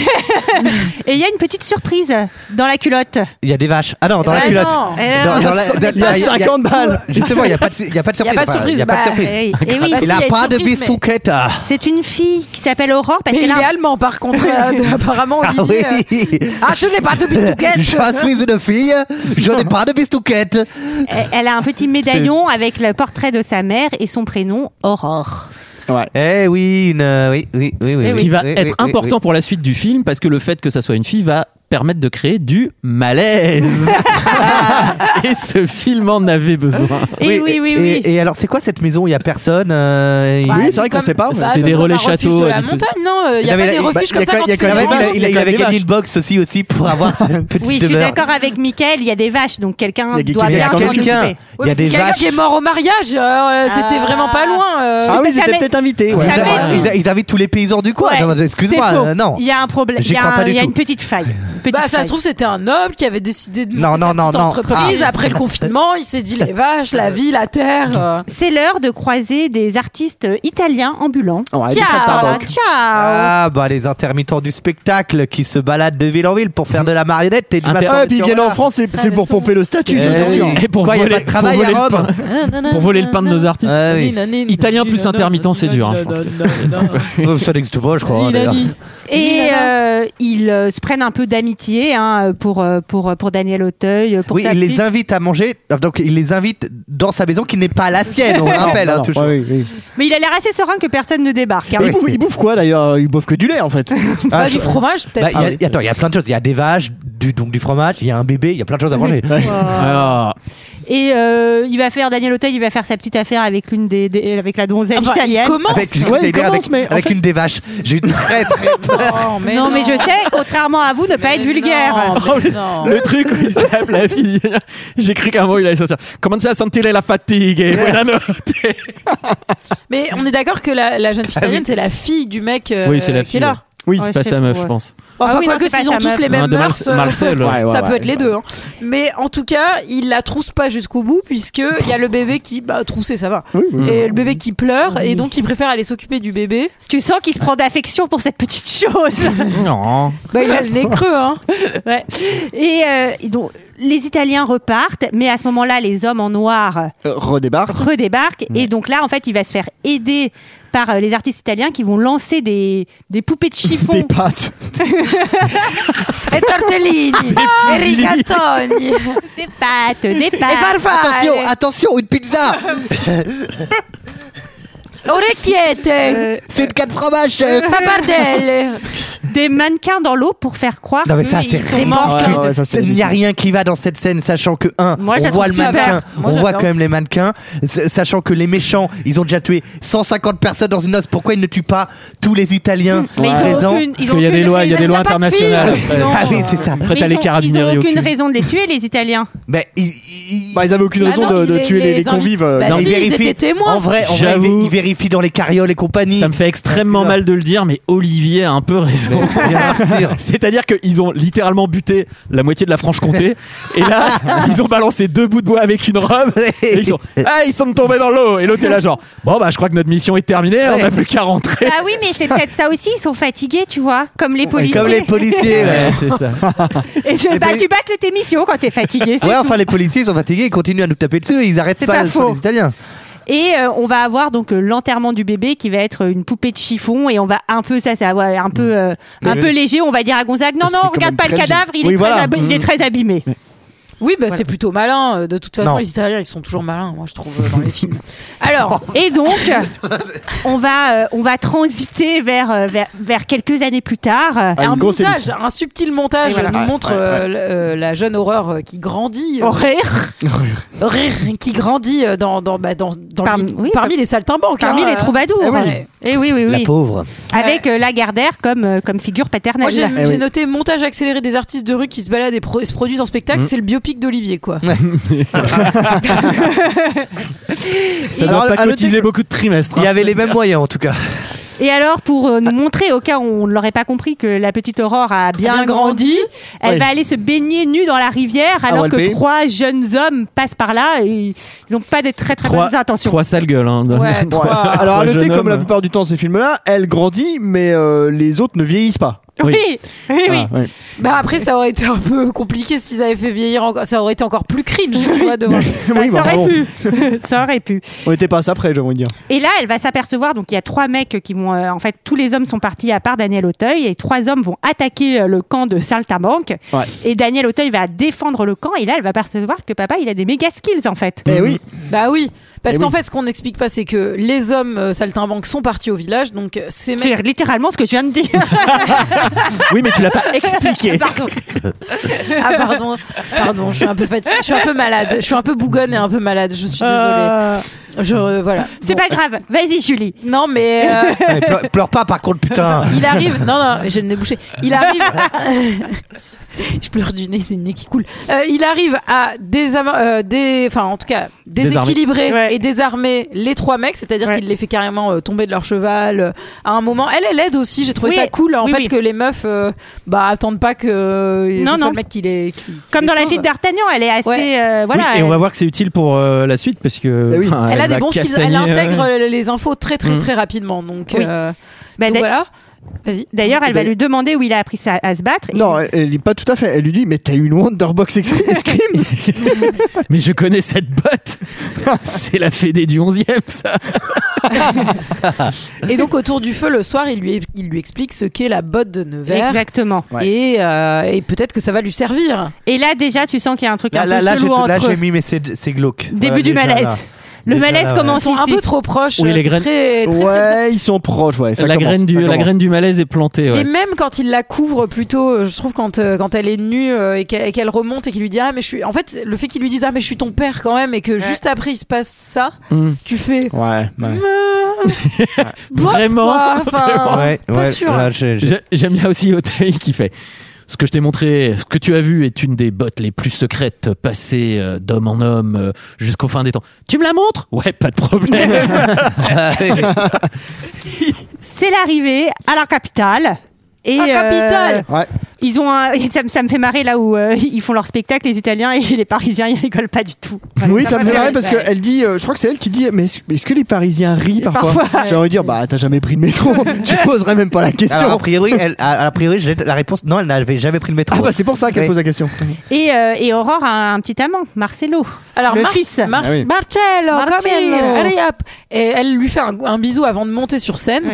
S1: et il y a une petite surprise dans la culotte.
S7: Il y a des vaches. Ah non, dans la
S8: Bah
S7: culotte.
S8: non.
S1: Eh non.
S7: Dans- dans la- dans-
S11: Il y a
S7: il y a-
S11: 50 balles.
S7: Justement, il n'y a pas de il y a pas de surprise.
S8: pas de
S7: enfin, il y a
S8: surprise,
S7: pas de
S8: bah,
S7: surprise.
S1: Eh oui, eh oui.
S8: Bah,
S7: Il n'a
S8: si, il y a une
S7: pas de
S8: surprise, mais-
S7: bistouquette. Ah
S1: C'est une fille qui s'appelle Aurore parce
S8: Mais
S1: qu'elle
S8: il
S1: a
S8: est
S1: un-
S8: allemand par contre, euh, apparemment
S7: oui.
S8: Olivier. euh, Ah, je n'ai pas de
S7: Je
S8: bistouquette
S7: suis une fille, je n'ai pas de bistouquette.
S1: elle- elle a un petit médaillon avec le portrait de sa mère et son prénom Aurore.
S7: Eh oui, une, euh, oui, oui, oui, oui.
S9: Ce
S7: oui,
S9: qui va
S7: oui,
S9: être
S7: oui, oui,
S9: important pour la suite du film, parce que le fait que ça soit une fille va permettre de créer du malaise. Et ce film en avait besoin.
S1: Et oui, oui,
S7: et-
S1: oui.
S7: Et, et alors, c'est quoi cette maison où il n'y a personne euh,
S8: Bah,
S7: il-
S11: Oui, c'est vrai qu'on
S8: comme-
S11: sait pas,
S8: bah,
S11: ouais.
S9: C'est des
S8: comme un
S9: relais
S8: refuge
S9: châteaux,
S8: de
S9: euh,
S8: la
S9: des trucs.
S8: montagne, non Il n'y a
S7: Non,
S8: pas
S7: mais
S8: des
S7: là,
S8: refuges
S7: il-
S8: comme
S7: il y a
S8: ça
S7: quand-
S8: quand
S7: il y a
S8: tu
S7: quand
S8: fais
S7: même-
S8: des
S11: vaches.
S7: il a- il a- il a
S11: Il y a
S7: gagné
S11: des
S7: une box aussi, aussi pour avoir cette petite
S1: Oui, je suis
S7: demeure.
S1: d'accord avec Mickaël, il y a des vaches, donc quelqu'un
S11: Il y a
S1: doit
S7: Il y
S1: bien
S7: a
S1: s'en
S7: quelqu'un,
S1: occuper.
S7: il y a des
S8: Quelqu'un
S7: vaches.
S8: qui est mort au mariage, euh, c'était
S1: Ah.
S8: vraiment pas loin. euh.
S11: Ah oui,
S1: mais
S11: ils
S1: ça
S11: étaient
S1: met-
S11: peut-être invités.
S7: Ils
S11: ouais.
S1: Ça
S7: invitent-
S1: met-
S7: Ils ils invitent tous les paysans du coin.
S1: Ouais,
S7: Non, Excuse-moi,
S1: c'est faux.
S7: euh, non.
S1: Il y a un problème,
S7: J'y
S1: il y, a
S7: crois pas
S1: un-
S7: du
S1: il y a
S7: tout.
S1: une petite faille. Petite
S8: Bah, ça
S1: faille.
S8: se trouve, c'était un noble qui avait décidé de monter
S7: Non,
S8: sa
S7: non, non,
S8: petite
S7: non. Ah,
S8: entreprise après le confinement. Il s'est dit les vaches, la vie, la terre. euh.
S1: C'est l'heure de croiser des artistes italiens ambulants.
S11: Ouais, des
S1: ciao,
S11: Starbucks.
S1: ciao.
S7: Ah, bah les intermittents du spectacle qui se baladent de ville en ville pour faire de la marionnette et du
S9: Inter-
S11: Ah,
S7: maçon.
S11: et puis ils viennent en France, c'est
S10: Ah,
S11: c'est pour pomper le statut, ça, c'est
S7: Eh
S11: sûr.
S7: oui.
S9: Et pour
S7: Quoi, il y a
S9: voler-
S7: pas de travail
S9: pour voler
S7: à
S9: le
S7: Rome
S9: Pour voler le pain de nos artistes.
S7: Ah oui.
S9: Italien plus intermittent, c'est dur, hein, je pense que ça va être un peu-
S7: Oh, Ça n'existe pas, je crois. hein, d'ailleurs.
S1: Et euh, ils euh, se prennent un peu d'amitié hein, pour, euh, pour, pour Daniel Auteuil, pour
S7: Oui,
S1: sa
S7: il les
S1: petite-
S7: invite à manger. Donc, il les invite dans sa maison qui n'est pas la sienne, on le rappelle,
S11: Non,
S7: hein,
S11: non,
S7: toujours.
S11: ouais, oui, oui.
S1: Mais il a l'air assez serein que personne ne débarque. hein.
S11: Ils bouffent- Ils bouffent quoi d'ailleurs Ils bouffent que du lait en fait.
S8: Bah, du fromage
S7: Bah,
S8: peut-être. Ah
S7: il y a- attends, il y a plein de choses. Il y a des vaches, du, donc du fromage, il y a un bébé, il y a plein de choses à manger.
S9: Ah.
S1: Et euh, il va faire Daniel Auteuil, il va faire sa petite affaire avec l'une des, des- avec la donzelle
S8: Enfin, il
S1: italienne.
S8: commence.
S7: Avec, j'ai
S11: Ouais,
S7: une
S11: il
S7: idée,
S11: commence,
S7: avec,
S11: mais en
S7: avec
S11: fait-
S7: une des vaches. J'ai eu très très peur.
S8: Oh, mais
S1: non, mais je sais, contrairement à vous, ne pas être vulgaire.
S8: non, mais non.
S9: Le truc où il se tape la fille, j'ai cru qu'un mot il allait sortir. Commencez à sentir la fatigue. et voilà, non.
S8: Mais on est d'accord que la, la jeune
S7: Ah
S8: fille italienne, c'est la fille du mec euh,
S9: Oui, c'est la
S8: qui
S9: fille,
S8: est là.
S9: Oui,
S1: Ouais,
S9: c'est pas
S1: c'est
S9: sa meuf,
S1: pour-
S9: je pense.
S8: Enfin,
S1: Ah oui, non,
S8: quoique
S1: c'est pas
S8: s'ils ont
S1: sa
S8: tous
S1: meuf.
S8: les mêmes
S9: Ouais, de Mar-
S8: mœurs, euh,
S9: Marcel, ouais.
S8: ça
S11: ouais,
S8: peut
S11: ouais,
S8: être les deux. hein. Mais en tout cas, il la trousse pas jusqu'au bout puisque il y a le bébé qui bah troussé, ça va. Et le bébé qui pleure et donc il préfère aller s'occuper du bébé.
S1: Tu sens qu'il se prend d'affection pour cette petite chose.
S9: Non.
S8: Bah il a le nez creux hein.
S1: Ouais. Et euh, donc, les Italiens repartent, mais à ce moment-là, les hommes en noir
S11: Euh, Redébarque.
S1: redébarquent. Et donc là, en fait, il va se faire aider par euh, les artistes italiens qui vont lancer des, des poupées de chiffon.
S11: Des pâtes.
S8: Et tortellini, et rigatoni,
S1: Des pâtes, des
S8: et
S1: pâtes.
S8: farfalle,
S7: Attention, attention, une pizza
S8: orecchiette,
S11: Euh.
S7: C'est une canne de fromage, chef
S8: papardelle.
S1: des mannequins dans l'eau pour faire croire
S7: Non mais ça
S1: qu'ils
S7: c'est
S1: sont morts.
S7: ridicule. Il n'y a rien qui va dans cette scène, sachant que un,
S1: Moi, je
S7: on
S1: la
S7: voit le
S1: trouve super.
S7: mannequin,
S1: Moi,
S7: on
S1: j'adore
S7: voit quand même
S1: ça.
S7: les mannequins, s- sachant que les méchants, ils ont déjà tué 150 personnes dans une noce. Pourquoi ils ne tuent pas tous les Italiens
S1: Mais ils ont
S7: présents
S1: aucune- ils Parce ont qu'il y a des aucune
S9: lois- il y a des raison de lois la pas tuer, internationales. sinon,
S7: Ah oui, c'est ça.
S9: euh, Prête à
S1: Mais ils ont- Ils n'ont aucune raison de les tuer, les Italiens.
S7: Mais Ben, ils,
S11: Bah, ils avaient aucune
S1: Bah
S11: raison
S1: non,
S11: de, de
S1: les-
S11: tuer les,
S1: les
S11: les convives.
S1: invités-
S11: euh,
S1: Bah
S11: non.
S1: si,
S11: Ils
S1: ils
S11: vérifient.
S1: étaient témoins.
S7: En vrai, en vrai, ils vé- ils vérifient dans les carrioles et compagnie.
S9: Ça me fait extrêmement mal de le dire, mais Olivier a un peu raison.
S7: bien sûr.
S9: C'est-à-dire qu'ils ont littéralement buté la moitié de la Franche-Comté, et là, ils ont balancé deux bouts de bois avec une robe, et ils sont, ah, ils sont tombés dans l'eau, et l'autre est là, genre, bon, bah, je crois que notre mission est terminée, on n'a plus qu'à rentrer.
S1: Ah oui, mais c'est peut-être ça aussi, ils sont fatigués, tu vois, comme les policiers.
S7: Comme les policiers, ouais.
S9: c'est ça.
S1: Et je-
S7: Et
S1: bah,
S7: puis-
S1: tu bâcles tes missions quand t'es fatigué. c'est
S7: Ouais,
S1: tout.
S7: enfin les policiers ils sont fatigués, ils continuent à nous taper dessus, ils arrêtent
S1: C'est
S7: pas,
S1: pas
S7: sur
S1: faux.
S7: les Italiens.
S1: Et euh, on va avoir donc euh, l'enterrement du bébé qui va être une poupée de chiffon et on va un peu ça, ça va un peu euh, un
S8: Mais-
S1: peu léger. On va dire à Gonzague non
S8: C'est
S1: non
S8: quand
S1: regarde
S8: même
S1: pas le
S8: très léger.
S1: cadavre, il,
S8: Oui,
S1: est
S8: voilà.
S1: très ab- il est très abîmé.
S8: Oui, bah, c'est plutôt malin. euh, De toute façon,
S1: Non.
S8: les Italiens, ils sont toujours malins, moi, je trouve, euh, dans les films.
S1: Alors et donc on va euh, on va transiter vers euh, vers, vers quelques années plus tard. euh,
S8: un montage, un subtil montage
S1: Et voilà.
S8: nous
S1: Ouais,
S8: montre
S1: ouais,
S8: euh,
S1: ouais.
S8: l- euh, la jeune horreur euh, qui grandit. euh,
S1: Au rire.
S8: rire qui grandit euh, dans, dans, bah, dans, dans le- parmi, les saltimbanques.
S1: Parmi
S8: hein,
S1: les
S8: euh.
S1: troubadours.
S8: Eh oui.
S1: Et oui oui oui.
S7: La pauvre.
S1: Avec euh, Lagardère comme euh, comme figure paternelle.
S8: Moi, j'ai j'ai noté montage accéléré des artistes de rue qui se baladent et, pro- et se produisent en spectacle.
S1: Mm.
S8: C'est le biopic d'Olivier, quoi.
S9: Ça
S7: Alors,
S9: doit
S7: à
S9: pas
S7: noter
S9: cotiser
S7: que-
S9: beaucoup de trimestres. hein.
S7: Il y avait les mêmes moyens en tout cas.
S1: Et alors, pour euh, nous montrer, au cas où on ne l'aurait pas compris, que la petite Aurore a bien,
S8: bien
S1: grandi,
S8: grandi.
S1: elle
S8: Oui.
S1: va aller se baigner nue dans la rivière, alors
S9: ouais, le
S1: que
S9: pays.
S1: trois jeunes hommes passent par là et ils n'ont pas de très très
S9: Trois,
S1: bonnes intentions.
S9: trois sales gueules. Hein,
S11: Ouais,
S9: Trois-
S11: Ah, Alors
S9: trois
S11: à noter,
S9: jeunes
S11: comme la
S9: hommes.
S11: plupart du temps de ces films-là, elle grandit, mais euh, les autres ne vieillissent pas.
S1: Oui, oui, oui.
S11: Ah, oui.
S8: Bah après, ça aurait été un peu compliqué s'ils avaient fait vieillir. encore- Ça aurait été encore plus cringe, tu vois, devant.
S1: Bah,
S11: Oui,
S1: ça,
S11: bah,
S1: aurait
S11: bon.
S1: pu. ça aurait pu.
S11: On était pas à ça près, j'ai envie de dire.
S1: Et là, elle va s'apercevoir, donc il y a trois mecs qui vont, euh, en fait, tous les hommes sont partis à part Daniel Auteuil, et trois hommes vont attaquer euh, le camp de Saltabanque.
S11: Ouais.
S1: Et Daniel Auteuil va défendre le camp, et là, elle va percevoir que papa, il a des méga skills, en fait.
S11: Eh oui.
S8: Bah oui. Parce
S1: Eh
S8: qu'en
S1: oui.
S8: fait, ce qu'on n'explique pas, c'est que les hommes euh, saltimbanques sont partis au village, donc euh, ces mecs.
S1: C'est littéralement ce que je viens de dire.
S9: Oui, mais tu l'as pas expliqué.
S1: Pardon.
S8: Ah pardon, pardon, je suis un peu fatiguée, je suis un peu malade, je suis un peu bougonne et un peu malade, je suis désolée.
S1: Euh.
S8: Je euh, voilà.
S1: C'est pas grave, vas-y Julie.
S8: Non mais euh,
S7: Ouais, pleure, pleure pas par contre putain.
S8: il arrive. Non non, j'ai le nez bouché. Il arrive. je pleure du nez, c'est le nez qui coule. Euh, il arrive à désama- euh, dé- enfin en tout cas déséquilibrer
S1: Désarmer. Ouais.
S8: et désarmer les trois mecs, c'est-à-dire qu'il les fait carrément euh, tomber de leur cheval. euh, à un moment, elle elle aide aussi. J'ai trouvé
S1: Oui.
S8: ça cool en
S1: Oui,
S8: fait
S1: oui.
S8: que les meufs euh, bah attendent pas que euh,
S1: Non,
S8: ce soit
S1: non.
S8: le mec qui les qui- qui
S1: Comme
S8: les
S1: dans la
S8: sauve.
S1: vie d'Artagnan, elle est assez. euh, voilà.
S9: Oui, et on va voir que c'est utile pour euh, la suite parce que. enfin,
S8: elle a des
S9: va
S8: bons skills, elle
S9: castagner,
S8: intègre
S9: euh,
S8: les infos très très
S9: Mm.
S8: très rapidement. Donc,
S1: Oui.
S8: euh,
S1: Bah,
S8: donc
S1: d'a-
S8: voilà. Vas-y.
S1: D'ailleurs, elle va lui demander où il a appris ça- à se battre.
S11: Non, elle, elle dit pas tout à fait. Elle lui dit, mais t'as eu une Wonderbox ex- Escrime
S9: Mais je connais cette botte. c'est la fédé du 11e, ça.
S8: Et donc autour du feu le soir, il lui il lui explique ce qu'est la botte de Nevers.
S1: Exactement.
S8: Et, euh, et peut-être que ça va lui servir.
S1: Et là, déjà, tu sens qu'il y a un truc
S7: Là,
S1: un
S7: là,
S1: peu
S7: là, j'ai-
S1: chelou
S7: là,
S1: entre
S7: j'ai
S1: eux.
S7: mis mais c'est c'est glauque.
S1: Début
S7: Voilà,
S1: du
S7: déjà,
S1: malaise.
S7: là.
S1: Le
S7: Déjà,
S1: malaise
S7: là,
S1: commence
S8: Ils sont un
S1: ici.
S8: peu trop proches. euh,
S9: Oui, les
S8: c'est
S9: graines-
S8: très- très-
S11: Ouais, ils sont proches, ouais. Ça
S9: la
S11: commence,
S9: graine
S11: ça
S9: du la
S11: commence.
S9: graine du malaise est plantée.
S8: Et
S9: Ouais.
S8: même quand il la couvre plutôt, euh, je trouve quand euh, quand elle est nue euh, et qu'elle et qu'elle remonte et qu'il lui dit ah mais je suis en fait le fait qu'il lui dise ah mais je suis ton père quand même et que juste après il se passe ça,
S9: Mm.
S8: tu fais
S11: Ouais, ouais.
S9: Vraiment.
S8: Bof, quoi, enfin,
S7: Ouais,
S8: pas
S7: ouais,
S8: sûr.
S7: là, j'ai- j'ai-
S9: J'ai- J'aime bien aussi Otei qui fait. Ce que je t'ai montré, ce que tu as vu est une des bottes les plus secrètes passées euh, d'homme en homme euh, jusqu'aux fins des temps. Tu me la montres Ouais, pas de problème.
S1: C'est l'arrivée à la capitale. Et euh,
S8: La capitale.
S11: Ouais.
S1: Ils ont un- ça, me- ça me fait marrer là où euh, ils font leur spectacle, les Italiens et les Parisiens, ils rigolent pas du tout. Voilà,
S11: Oui, ça me fait marrer parce
S1: Ouais.
S11: qu'elle dit, euh, je crois que c'est elle qui dit, mais est-ce est-ce que les Parisiens rient parfois,
S1: Parfois.
S11: J'ai envie de dire, bah t'as jamais pris le métro, tu poserais même pas la
S7: Alors,
S11: question.
S7: a priori, elle, a, a priori, j'ai la réponse. Non, elle n'avait jamais pris le métro.
S11: Ah bah c'est pour ça qu'elle
S7: Oui.
S11: pose la question.
S1: Et, euh, et Aurore a un petit amant, Marcelo.
S8: Alors,
S1: le
S8: Mar-
S1: fils.
S8: Mar-
S11: Ah oui.
S8: Marcello,
S1: Marcello.
S8: come here, hurry up. Et elle lui fait un, un bisou avant de monter sur scène.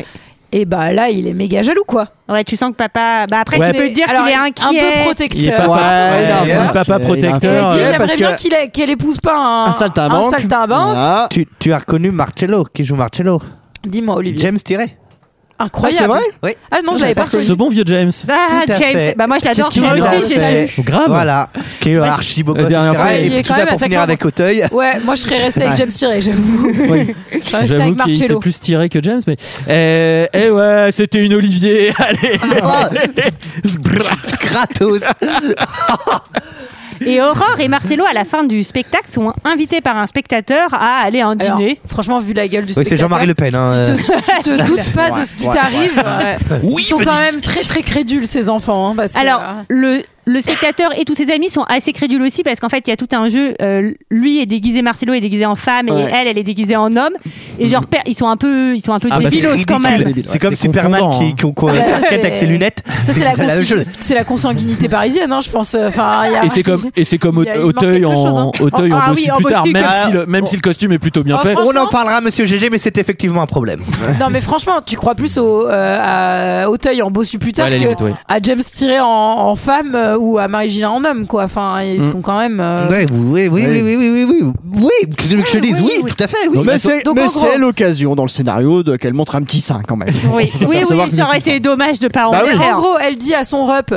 S8: Et bah là, il est méga jaloux, quoi.
S1: Ouais, tu sens que papa. Bah après,
S9: Ouais.
S1: tu peux dire
S8: Alors,
S1: qu'il est
S8: Un
S1: inquiet.
S8: peu
S9: Il est
S8: protecteur.
S9: papa,
S11: Ouais,
S9: il est
S11: ouais.
S9: Euh, papa
S11: Il est
S9: protecteur. euh,
S8: Elle dit,
S11: Ouais, parce
S8: j'aimerais
S11: que-
S8: bien qu'il ait- qu'elle épouse pas un,
S11: Un saltimbanque.
S8: un saltimbanque.
S11: Ah.
S7: Tu, tu as reconnu Marcello qui joue Marcello.
S8: Dis-moi, Olivier.
S7: James Tiré.
S8: Eh Incroyable.
S11: Ah, c'est vrai
S7: Oui.
S8: Ah non, je l'avais pas reconnu.
S9: Ce bon vieux James.
S8: Ah,
S7: Tout à
S8: James.
S7: fait.
S8: Bah, moi, je l'adore.
S7: Qu'est-ce qu'il
S8: Moi
S7: nous a
S8: aussi, j'ai
S7: fait
S8: l'adore.
S9: Grave.
S7: Voilà. Qui est archi beau
S9: La
S7: gosse,
S9: dernière
S7: etc.
S9: fois,
S8: il est
S7: Et tout
S8: quand
S7: ça
S8: même
S7: pour finir
S8: sacrément-
S7: avec Auteuil.
S8: Ouais, moi je serais restée
S7: Ouais.
S8: avec James Tiré, j'avoue.
S9: Oui.
S8: Je serais restée
S9: J'avoue
S8: avec
S9: qu'il s'est
S8: Marcello.
S9: plus tiré que James, mais. Euh, Eh ouais, c'était une Olivier. Allez.
S11: Ah, oh.
S7: Gratos.
S1: Et Aurore et Marcelo, à la fin du spectacle, sont invités par un spectateur à aller à un
S8: Alors,
S1: dîner.
S8: franchement, vu la gueule du
S7: Oui, c'est
S8: spectateur,
S7: Jean-Marie Le Pen. hein,
S8: Si,
S7: euh.
S8: te- si tu te doutes pas de ce qui
S7: Ouais, ouais,
S8: t'arrive, ouais. ils sont quand même très très crédules ces enfants. hein, parce que-
S1: Alors, le, le spectateur et tous ses amis sont assez crédules aussi parce qu'en fait, il y a tout un jeu. euh, lui est déguisé, Marcelo est déguisé en femme et
S11: Ouais.
S1: elle, elle est déguisée en homme. Et genre, per- ils sont un peu, ils sont un peu
S9: Ah bah, c'est
S1: débilos quand
S9: ridicule.
S1: même.
S9: débile.
S7: C'est comme
S9: C'est
S7: Superman
S9: confondant,
S7: qui,
S9: hein.
S7: qui, qui a une
S8: Ah bah, ça,
S7: casquette
S8: c'est-
S7: avec ses lunettes.
S8: ça c'est la,
S7: la même
S8: consi-
S7: chose.
S8: c'est la consanguinité parisienne, hein, je pense. Enfin, il y a-
S9: Et c'est comme, et c'est comme
S8: Il y a- il manque
S9: Auteuil
S8: quelque chose,
S9: en,
S8: hein.
S9: Auteuil en
S1: Ah oui,
S9: bossu
S1: en
S9: plus tard,
S1: bossu,
S9: même,
S1: comme-
S9: si le, même si le costume est plutôt bien
S8: Oh,
S9: fait.
S8: franchement,
S7: On en parlera, monsieur GG, mais c'est effectivement un problème.
S8: Non mais franchement, tu crois plus au euh, à Auteuil en bossu plus tard
S9: Ouais, à la limite,
S8: que
S9: oui.
S8: à James Tiré en, en femme euh, ou à Marie-Gina en homme quoi. Enfin, ils
S9: Mm.
S8: sont quand même.
S11: Ah
S8: euh,
S7: Ouais, oui, oui, oui, oui, oui, oui, oui, oui, que tu veux que je te dise, oui, tout à fait, oui.
S11: Mais c'est
S8: Donc, en
S11: mais
S8: gros-
S11: c'est l'occasion dans le scénario de qu'elle montre un petit sein quand même.
S1: Oui,
S11: Faut
S1: oui,
S11: s'apercevoir
S1: oui,
S11: que
S1: ça
S11: c'est
S1: aurait
S11: tout
S1: été dommage de pas en
S11: Bah oui.
S1: faire.
S8: En gros, elle dit à son rep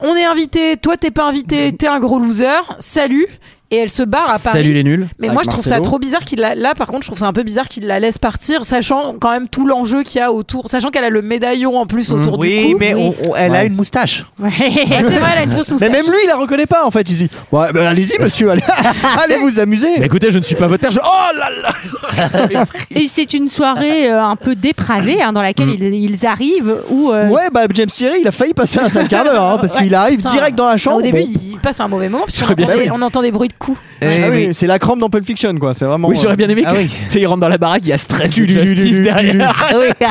S8: "On est invité, toi t'es pas invité, t'es un gros loser. Salut." Et elle se barre à Paris.
S9: Salut les nuls.
S8: Mais
S11: Avec
S8: moi, je trouve ça
S11: Marcelo.
S8: trop bizarre qu'il la... là, par contre, je trouve ça un peu bizarre qu'il la laisse partir, sachant quand même tout l'enjeu qu'il y a autour, sachant qu'elle a le médaillon en
S9: Mm.
S8: plus autour du
S7: Oui,
S8: cou.
S7: mais on- on- elle a
S11: Ouais.
S7: une moustache.
S1: Ouais.
S8: Ouais, c'est vrai, elle a une fausse
S11: Mais
S8: moustache.
S11: même lui, il la reconnaît pas en fait. Il dit ouais, bah, Allez-y, monsieur, allez, allez vous amuser.
S9: Mais Bah, écoutez, je ne suis pas votre père. Je... Oh là là
S1: Et c'est une soirée euh, un peu dépravée hein, dans laquelle ils, ils arrivent où. euh,
S11: Ouais, bah James Thierry, il a failli passer un sale quart d'heure hein, parce
S8: Ouais,
S11: qu'il arrive
S8: putain.
S11: direct dans la chambre.
S8: Au début,
S11: Bon.
S8: il passe un mauvais moment, parce qu'on
S9: J'aurais bien
S8: entend, des-
S9: aimé.
S8: on entend des bruits de coups.
S11: Ah
S7: Eh
S11: oui,
S7: oui.
S11: c'est la crampe dans Pulp Fiction, quoi. C'est vraiment. euh,
S9: Oui, j'aurais bien aimé.
S7: Ah
S9: que-
S7: oui.
S9: Tu sais, il rentre dans la baraque, il y a stress,
S11: Tu-
S9: du
S11: tu- tu-
S9: justice
S11: tu-
S9: derrière.
S7: Ah oui.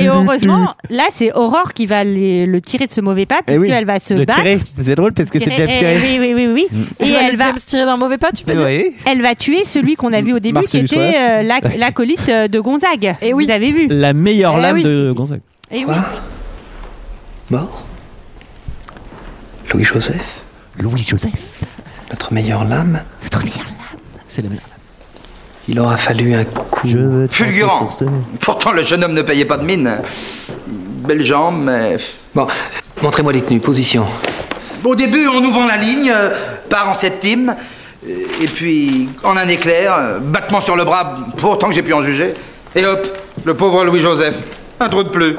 S1: Et heureusement, là, c'est Aurore qui va les- le tirer de ce mauvais pas,
S7: Eh oui.
S1: puisqu'elle va se
S7: Le
S1: battre.
S7: tirer, c'est drôle parce que c'est
S1: Tirer-
S7: James
S1: eh,
S7: Tiré.
S1: Oui, oui, oui, oui. Et elle va,
S8: James tirer d'un mauvais pas, tu peux dire
S7: Oui.
S1: elle va tuer celui qu'on a vu au début,
S11: Marcellus
S1: qui était euh, la- l'acolyte euh, de Gonzague.
S8: Eh oui.
S1: Vous avez
S11: Euh,
S1: vu.
S9: La meilleure
S8: Eh
S9: lame
S8: oui.
S9: de Gonzague.
S1: Et oui.
S4: Mort Louis-Joseph,
S10: Louis-Joseph,
S4: notre meilleur lame,
S10: votre meilleur
S9: C'est la meilleure.
S4: il aura fallu un coup.
S2: Fulgurant. Pourtant, le jeune homme ne payait pas de mine. Belle jambe, mais.
S4: Bon, montrez-moi les tenues, position.
S2: Au début, on nous vend la ligne, euh, part en septime, euh, et puis en un éclair, euh, battement sur le bras, pour autant que j'ai pu en juger, et hop, le pauvre Louis-Joseph, un trou de plus.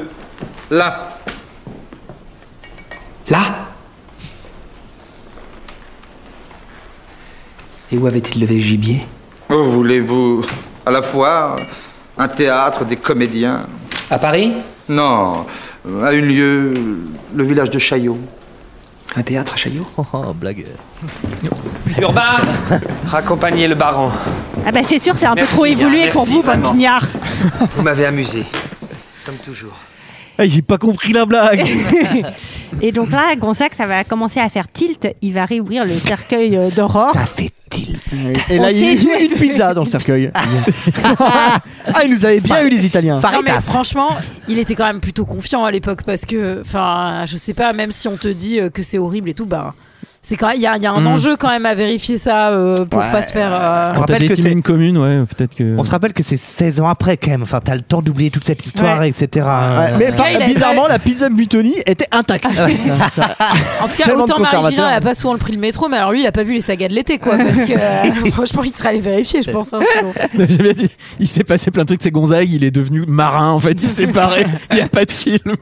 S2: Là.
S4: Là Et où avait-il levé le gibier
S2: Où oh, voulez-vous À la foire, un théâtre, des comédiens.
S4: À Paris
S2: Non, à une lieu, le village de Chaillot.
S4: Un théâtre à Chaillot
S7: Oh, oh, blague.
S4: Urbain Raccompagnez le baron.
S1: Ah bah c'est sûr, c'est un peu
S4: Merci
S1: trop
S4: bien,
S1: évolué pour
S4: merci,
S1: vous, Bob
S4: vraiment.
S1: Tignard.
S4: Vous m'avez amusé. Comme toujours.
S9: Eh, J'ai pas compris la blague.
S1: Et donc là, Gonzague, ça va commencer à faire tilt. Il va réouvrir le cercueil euh, d'Aurore.
S10: Ça fait-il
S11: Ah Et
S1: On
S11: là, il
S1: sait
S7: Oh.
S11: y a
S1: jouer.
S11: une pizza dans le cercueil. ah, ils nous avaient bien eu les Italiens.
S8: Non mais
S7: Faritas.
S8: franchement, il était quand même plutôt confiant à l'époque parce que, enfin, je sais pas, même si on te dit euh, que c'est horrible et tout, bah, c'est quand même- il y a, il y a un
S11: Mm.
S8: enjeu quand même à vérifier ça euh, pour
S7: Ouais.
S8: pas se faire. euh,
S7: On
S9: Quand t'as
S7: rappelle que
S9: décimé
S7: c'est-
S9: une commune, ouais, peut-être que.
S7: On se rappelle que c'est 16 ans après quand même. Enfin, t'as le temps d'oublier toute cette histoire,
S1: Ouais.
S7: etc.
S11: Ouais,
S7: Euh,
S11: mais
S8: Ouais, il a-
S11: bizarrement, la pizza Butoni était intacte.
S7: Ah
S8: En tout cas,
S11: Tellement de
S8: autant Marie
S11: conservateurs.
S8: elle a pas souvent le prix le métro, mais alors lui, il a pas vu les sagas de l'été, quoi. Parce que euh, franchement, il serait allé vérifier, je pense. hein, sinon.
S9: J'ai bien dit, il s'est passé plein de trucs, c'est Gonzague, il est devenu marin en fait, il s'est barré, il n'y a pas de film.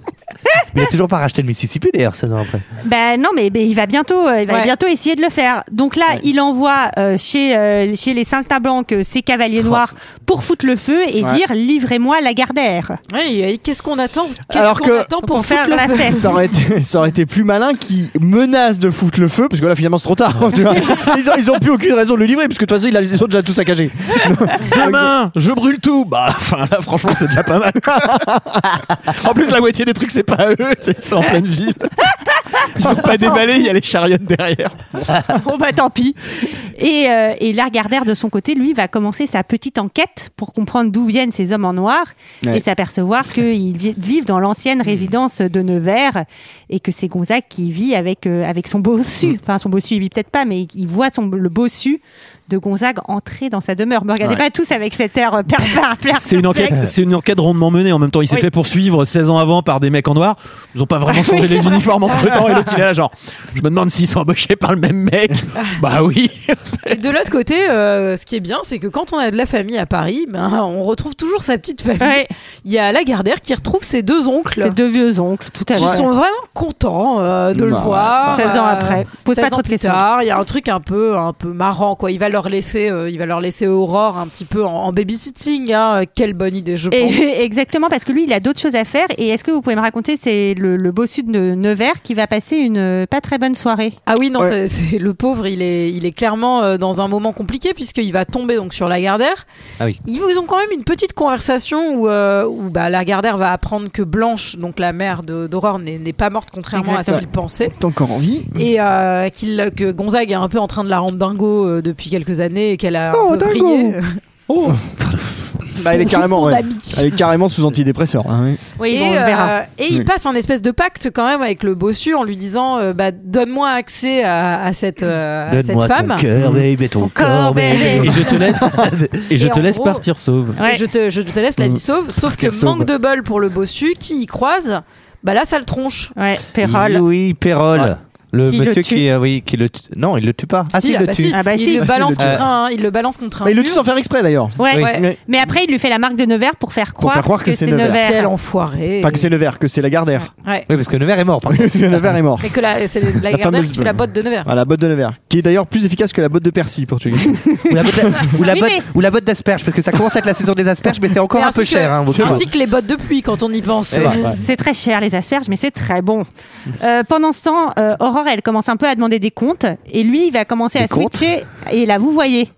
S7: Il a toujours pas racheté le Mississippi d'ailleurs 16 ans après.
S1: Ben non, mais, mais il va bientôt, euh, il va
S8: Ouais.
S1: bientôt essayer de le faire. Donc là, il envoie euh, chez euh, chez les Saint-Blanc ses
S11: Oh.
S1: cavaliers noirs pour foutre le feu et dire livrez-moi la Gardère.
S8: Ouais, et qu'est-ce qu'on attend Qu'est-ce
S11: Alors
S8: qu'on
S11: que-
S8: attend pour,
S1: Pour faire
S8: foutre le
S1: la
S8: feu
S1: fête.
S11: ça, aurait été, ça aurait été plus malin qui menace de foutre le feu, parce que là finalement c'est trop tard. tu vois. Ils, ont, ils ont plus aucune raison de le livrer, parce que de toute façon ils l'ont- ils ont déjà tout saccagé.
S9: Demain, je brûle tout. Bah, enfin là, franchement, c'est déjà pas mal. quoi. en plus, la moitié des trucs, c'est pas à eux, c'est c'est en pleine ville. Ils sont pas déballés, il y a les chariotes derrière.
S1: bon bah tant pis. Et, euh, et la Gardère de son côté, lui, va commencer sa petite enquête pour comprendre d'où viennent ces hommes en noir
S11: Ouais.
S1: et s'apercevoir qu'ils vi- vivent dans l'ancienne résidence de Nevers et que c'est
S9: Mm.
S1: Gonzague qui vit avec euh, avec son bossu. Enfin son bossu, il vit peut-être pas, mais il voit son, le bossu de Gonzague entrer dans sa demeure. Me regardez
S9: Ouais.
S1: pas tous avec cet air euh, pervers.
S9: C'est une enquête,
S1: perplexe.
S9: c'est une enquête rondement menée. En même temps, il s'est
S1: Oui.
S9: fait poursuivre 16 ans avant par des mecs en noir. Ils ont pas vraiment
S1: Oui,
S9: changé
S1: c'est
S9: les
S1: vrai.
S9: uniformes entre temps. Et l'autre, il est là, genre, je me demande s'ils sont embauchés par le même mec. bah oui.
S8: Et de l'autre côté, euh, ce qui est bien, c'est que quand on a de la famille à Paris, ben, on retrouve toujours sa petite famille. Il y a Lagardère qui retrouve ses deux oncles.
S1: Ses deux vieux oncles, tout à
S8: Ils
S1: fait.
S8: sont vraiment contents euh, de le
S1: Bah,
S8: voir.
S1: 16 ans
S8: Euh,
S1: après. Pose pas
S8: 16 ans
S1: trop de
S8: plus
S1: questions.
S8: tard, Il y a un truc un peu, un peu marrant, quoi. Il va leur laisser, euh, il va leur laisser Aurore un petit peu en, en babysitting. hein. Quelle bonne idée, je pense.
S1: Et- exactement, parce que lui, il a d'autres choses à faire. Et est-ce que vous pouvez me raconter, c'est le, le bossu de Nevers qui va passer une euh, pas très bonne soirée.
S8: Ah oui, non, c'est- c'est le pauvre, il est, il est clairement euh, dans un moment compliqué puisqu'il va tomber donc sur Lagardère.
S7: Ah oui.
S8: Ils vous ont quand même une petite conversation où, euh, où bah, Lagardère va apprendre que Blanche, donc la mère de- d'Aurore, n'est n'est pas morte contrairement à
S11: Exactement.
S8: ce qu'il pensait.
S11: T'es encore en vie
S8: Et euh, qu'il- que Gonzague est un peu en train de la rendre dingo euh, depuis quelques années et qu'elle a
S11: Oh,
S8: un peu
S11: dingo.
S8: brillé. Oh
S11: Bah, elle est
S8: Bonjour,
S11: carrément,
S8: mon
S11: ouais.
S8: ami. Ah
S11: elle est carrément sous antidépresseur. hein, oui.
S8: et, euh,
S1: bon, on le verra.
S8: et il
S11: Oui.
S8: passe un espèce de pacte quand même avec le bossu en lui disant euh, bah, donne-moi accès à, à cette, euh, à cette
S7: Donne-moi
S8: femme.
S7: ton cœur, baby, ton corps, baby.
S9: Et je te laisse, et je
S8: Et
S9: te
S8: en
S9: laisse
S8: gros-
S9: partir sauve.
S8: Et Je, te, je te laisse la vie
S9: Mm.
S8: sauve, sauf que
S9: Partir sauve.
S8: manque de bol pour le bossu qui y croise, bah là ça le tronche.
S1: Ouais,
S7: Oui, Pérol. Le
S8: Qui le
S7: monsieur
S8: tue.
S7: qui, euh, oui, qui le tue. Non, il le tue pas. Ah si, il
S8: ah
S7: le
S8: bah
S7: tue.
S8: il le balance
S7: Euh,
S8: contre un, il le balance contre un.
S11: Mais il le tue
S8: mur.
S11: sans faire exprès d'ailleurs.
S1: Ouais.
S11: Oui.
S1: Ouais. Mais après, il lui fait la marque de Nevers pour faire croire,
S11: faire croire que c'est Nevers.
S8: Quel enfoiré.
S11: Pas que c'est Nevers, que c'est Lagardère.
S8: Ouais.
S7: Oui, parce que Nevers est mort. Par
S11: que Nevers est mort.
S8: Mais que la, c'est la, Lagardère
S11: fameuse-
S8: qui fait la botte de Nevers.
S11: Ah, la botte de Nevers, qui est d'ailleurs plus efficace que la botte de Percy pour tuer.
S7: ou la botte, ou la
S8: Oui,
S7: botte-
S8: mais-
S7: ou la botte d'asperges, parce que ça commence à être la saison des asperges, mais c'est encore
S8: Mais
S7: un
S8: ainsi
S7: peu
S8: que-
S7: cher. hein, votre-
S8: ainsi que les bottes de pluie quand on y pense.
S7: C'est vrai, ouais.
S1: C'est très cher les asperges, mais c'est très bon. Euh, pendant ce temps, euh, Aurore, elle commence un peu à demander des comptes, et lui, il va commencer à
S9: Des comptes
S1: switcher. Et là, vous voyez,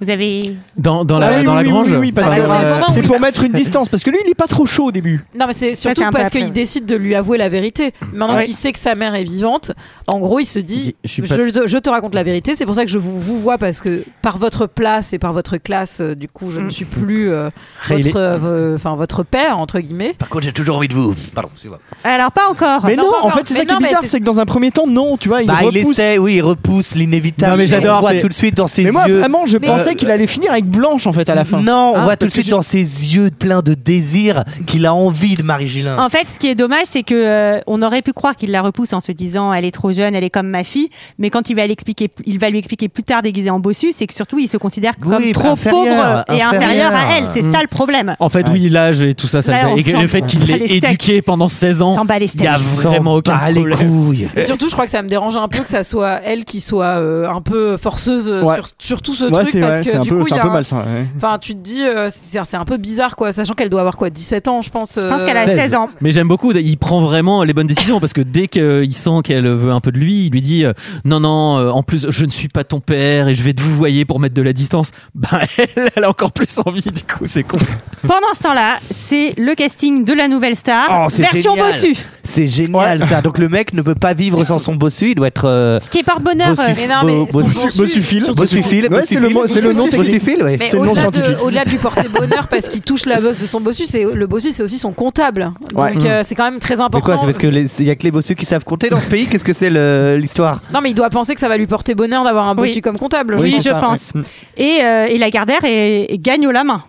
S1: vous avez.
S9: Dans, dans la,
S11: Ah oui,
S9: dans
S11: oui,
S9: la
S11: oui,
S9: grange.
S11: oui, oui, parce
S8: Ah,
S11: que,
S8: c'est le
S11: euh,
S8: moment où
S11: c'est
S8: il-
S11: pour mettre une distance, parce que lui il est pas trop chaud au début.
S8: Non, mais c'est
S1: c'est
S8: surtout
S1: un peu
S8: parce
S1: après.
S8: qu'il décide de lui avouer la vérité. Maintenant
S1: Ouais.
S8: qu'il sait que sa mère est vivante, en gros, il se dit
S9: Il dit, je
S8: je,
S9: suis pas-
S8: je- je te raconte la vérité, c'est pour ça que je vous, vous vois, parce que par votre place et par votre classe, euh, du coup, je
S11: Mm.
S8: ne suis plus euh,
S9: Et il est-
S8: votre, euh, enfin, votre père, entre guillemets.
S7: Par contre, j'ai toujours envie de vous. Pardon, c'est moi.
S1: Alors pas Ah, encore.
S11: Mais non,
S8: pas
S11: en
S8: encore.
S11: fait, c'est
S8: Mais
S11: ça qui
S8: non,
S11: est
S8: mais
S11: bizarre, c'est que dans un premier temps, non, tu vois, il
S7: Bah, il
S11: repousse.
S7: essaie, oui, il repousse l'inévitable.
S9: Non, mais
S7: On
S9: j'adore,
S7: voit
S9: c'est-
S7: tout de suite dans ses
S11: Mais moi,
S7: yeux.
S11: vraiment, je pensais
S7: Euh,
S11: qu'il allait finir avec Blanche en fait à la fin.
S7: Non, on
S11: Ah,
S7: voit tout de
S11: parce que
S7: suite
S11: j'ai-
S7: dans ses yeux pleins de désir qu'il a envie de Marie-Gilin.
S1: En fait, ce qui est dommage, c'est que euh, on aurait pu croire qu'il la repousse en se disant elle est trop jeune, elle est comme ma fille. Mais quand il va l'expliquer, il va lui expliquer plus tard déguisé en bossu, c'est que surtout il se considère comme
S7: Oui,
S1: trop pauvre
S7: inférieur,
S1: et inférieur
S7: inférieur.
S1: à elle. C'est ça le problème.
S9: En fait, oui, l'âge et tout ça, ça
S1: Là,
S9: le-
S1: on
S9: et que
S1: s'en
S9: le fait qu'il
S1: bat
S9: l'ait
S1: les steaks.
S9: éduqué pendant 16 ans,
S1: S'en bat les
S9: il y a
S1: steaks.
S9: vraiment aucun
S7: Pas les
S9: problème.
S7: couilles.
S8: Et surtout, je crois que ça me dérange un peu que ça soit elle qui soit euh, un peu forceuse euh,
S11: Ouais.
S8: sur, sur tout ce
S11: Ouais,
S8: truc.
S11: c'est
S8: parce
S11: ouais,
S8: que
S11: c'est un
S8: du
S11: peu,
S8: coup,
S11: c'est
S8: il y
S11: un
S8: a
S11: peu malsain. ouais.
S8: Enfin, tu te dis, euh, c'est c'est un peu bizarre, quoi, sachant qu'elle doit avoir quoi, 17 ans, je pense. euh,
S1: Je pense qu'elle
S7: Euh,
S1: a 16 ans.
S9: Mais j'aime beaucoup, il prend vraiment les bonnes décisions parce que dès qu'il sent qu'elle veut un peu de lui, il lui dit euh, Non, non, euh, en plus, je ne suis pas ton père et je vais te vouvoyer pour mettre de la distance. Bah, elle, elle a encore plus envie, du coup, c'est con.
S1: Pendant ce temps-là, c'est le casting de la nouvelle
S7: Oh,
S1: star
S7: c'est
S1: version
S7: génial.
S1: bossu.
S7: C'est génial ça. Donc le mec ne peut pas vivre sans son bossu, il doit être euh,
S1: Ce qui est par bonheur. euh,
S7: bossuf-
S8: mais non, mais
S7: bo-
S8: son
S7: bossuf-
S8: bossu- Bossuphile.
S11: surtout-
S7: bossuphile,
S11: Ouais, c'est le,
S7: bossuphile.
S11: mot- c'est le nom technique.
S7: Bossuphile, ouais.
S8: Mais
S11: C'est le nom
S8: au-delà de,
S11: scientifique.
S8: au-delà de lui porter bonheur parce qu'il touche la bosse de son bossu, c'est le bossu c'est aussi son comptable.
S11: Ouais.
S8: Donc euh, c'est quand même très
S7: Mais
S8: important.
S7: quoi, c'est parce que les- y a que les bossus qui savent compter dans ce pays Qu'est-ce que c'est le- l'histoire
S8: Non mais il doit penser que ça va lui porter bonheur d'avoir un bossu
S1: Oui.
S8: comme comptable.
S1: Oui,
S8: pense.
S1: je pense.
S7: Mm.
S1: Et, euh, et Lagardère est- gagne la main.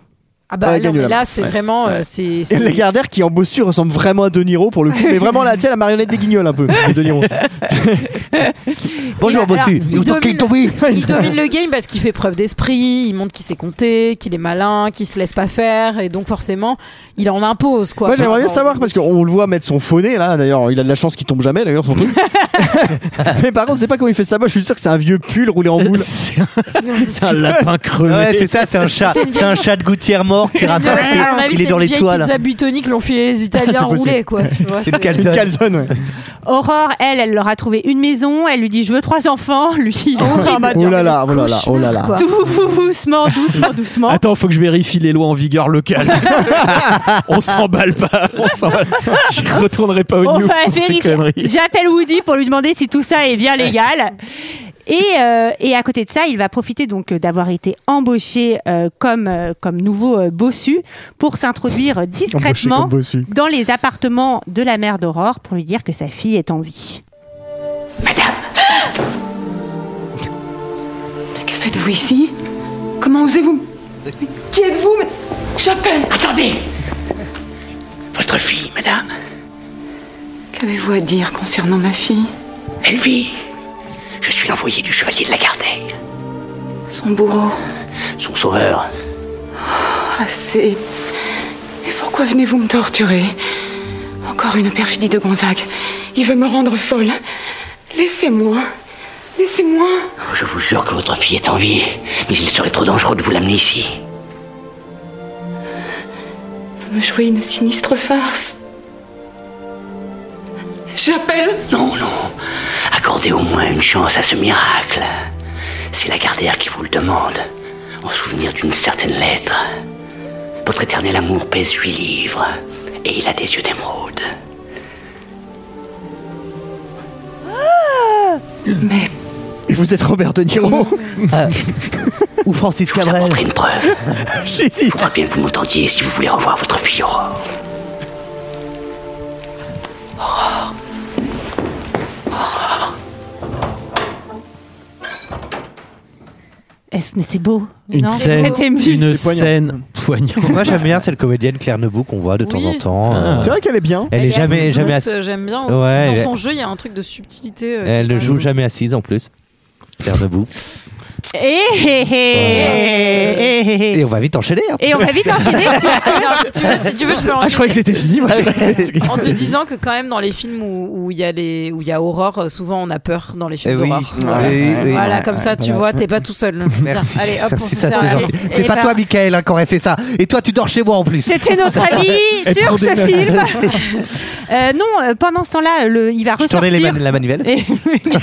S8: Ah bah
S11: Ouais,
S8: non,
S11: gagne
S8: mais
S11: la
S8: là
S11: main.
S8: c'est vraiment euh, c'est
S11: Et
S8: c'est-
S11: la Gardère qui en bossu ressemble vraiment à De Niro pour le coup. Mais vraiment là, tu sais, la marionnette des guignols un peu. de De Niro.
S7: Bonjour
S8: alors,
S7: bossu.
S8: il domine- il domine le game parce qu'il fait preuve d'esprit, il montre qu'il sait compter, qu'il est malin, qu'il se laisse pas faire et donc forcément il en impose quoi.
S11: Moi j'aimerais bien savoir parce qu'on le voit mettre son faux nez là d'ailleurs, il a de la chance qu'il tombe jamais d'ailleurs son truc. mais par contre, c'est pas comment il fait ça, moi je suis sûr que c'est un vieux pull roulé en boule.
S9: C'est un- c'est un lapin crevé.
S7: Ouais, c'est ça, c'est un chat.
S8: C'est une
S7: C'est un chat de gouttière mort qui
S8: À
S7: rataxe.
S8: mon avis,
S7: Il est
S8: c'est
S7: dans
S8: une
S7: les
S8: vieille
S7: toiles.
S8: pizza butonique l'ont filé les Italiens
S11: C'est possible.
S8: roulés quoi. tu vois,
S7: C'est une
S11: Une
S7: calzone.
S11: calzone, ouais.
S1: Aurore, elle, elle leur a trouvé une maison. Elle lui dit Je veux trois enfants. Lui, il ouvre un bâtiment.
S11: Oh là là, oh là là, oh là là.
S8: Cauchemar, quoi.
S1: Doucement, doucement, doucement.
S9: Attends, faut que je vérifie les lois en vigueur locales. on s'emballe pas. On s'emballe. Je retournerai pas
S1: On
S9: au New
S1: va
S9: pour ces
S1: vérifier.
S9: conneries.
S1: J'appelle Woody pour lui demander si tout ça est bien légal. Et, euh, et à côté de ça, il va profiter donc euh, d'avoir été embauché euh, comme, euh, comme nouveau euh, bossu pour s'introduire discrètement
S11: comme bossu.
S1: dans les appartements de la mère d'Aurore pour lui dire que sa fille est en vie.
S12: Madame
S13: Mais que faites-vous ici Comment osez-vous Mais qui êtes-vous Mais- J'appelle Attendez
S12: Votre fille, madame,
S13: Qu'avez-vous à dire concernant ma fille
S12: elle vit. Je suis l'envoyé du chevalier de la garde.
S13: Son bourreau
S12: Son sauveur.
S13: Assez. Mais pourquoi venez-vous me torturer Encore une perfidie de Gonzague. Il veut me rendre folle. Laissez-moi. Laissez-moi.
S12: Oh, Je vous jure que votre fille est en vie, mais il serait trop dangereux de vous l'amener ici.
S13: Vous me jouez une sinistre farce. J'appelle
S12: Non, non. Accordez au moins une chance à ce miracle. C'est la gardère qui vous le demande, en souvenir d'une certaine lettre. Votre éternel amour pèse huit livres, et il a des yeux d'émeraude.
S13: Mais.
S11: Vous êtes Robert De Niro
S8: Oh.
S7: Ah. Ou Francis Cabrel
S12: Une preuve. Il faudra bien que vous m'entendiez si vous voulez revoir votre fille Aurore.
S1: Est-ce que c'est beau
S9: Une
S1: Non
S9: scène,
S1: C'était mieux.
S9: une scène poignante.
S7: Moi j'aime bien cette comédienne Claire Nebout qu'on voit de temps en temps.
S9: Ah.
S7: Euh,
S9: C'est vrai
S11: qu'elle est bien.
S7: Elle est jamais,
S8: assez
S7: jamais
S8: douce,
S7: ass-
S8: euh, J'aime bien aussi.
S7: Ouais,
S8: Dans son
S7: elle-
S8: jeu, il y a un truc de subtilité. euh,
S7: Elle
S8: qui
S7: ne
S8: est
S7: joue jamais assise en plus. Claire Debout.
S1: Et, eh,
S7: Et on va vite enchaîner. hein.
S1: Et on va vite enchaîner.
S8: Parce que, alors, Ah, si tu veux- si tu veux, je peux
S7: Ah, je croyais que c'était fini. moi.
S8: en te disant que quand même dans les films où où il y a les où il y a horreur euh, souvent on a peur dans les films
S7: Eh oui,
S8: d'horreur
S7: oui,
S8: voilà,
S7: oui, oui.
S8: Voilà, comme
S7: Ouais,
S8: ça tu
S7: ouais.
S8: vois t'es pas tout seul
S7: Merci.
S8: Tiens, allez hop on
S7: Merci,
S8: se
S7: ça,
S8: serre
S7: c'est
S8: la-
S7: gentil.
S8: et-
S7: C'est
S8: et
S7: pas
S8: ben,
S7: toi, Michael, hein, qui aurait fait ça. Et toi, tu dors chez moi en plus.
S1: C'était notre avis
S7: Elle prend
S1: sur
S7: des
S1: ce
S7: notes.
S1: film. Euh, non, euh, pendant ce temps-là, le- il va
S7: Je tournais les
S1: ressortir.
S7: mani- la manivelle.
S1: Et-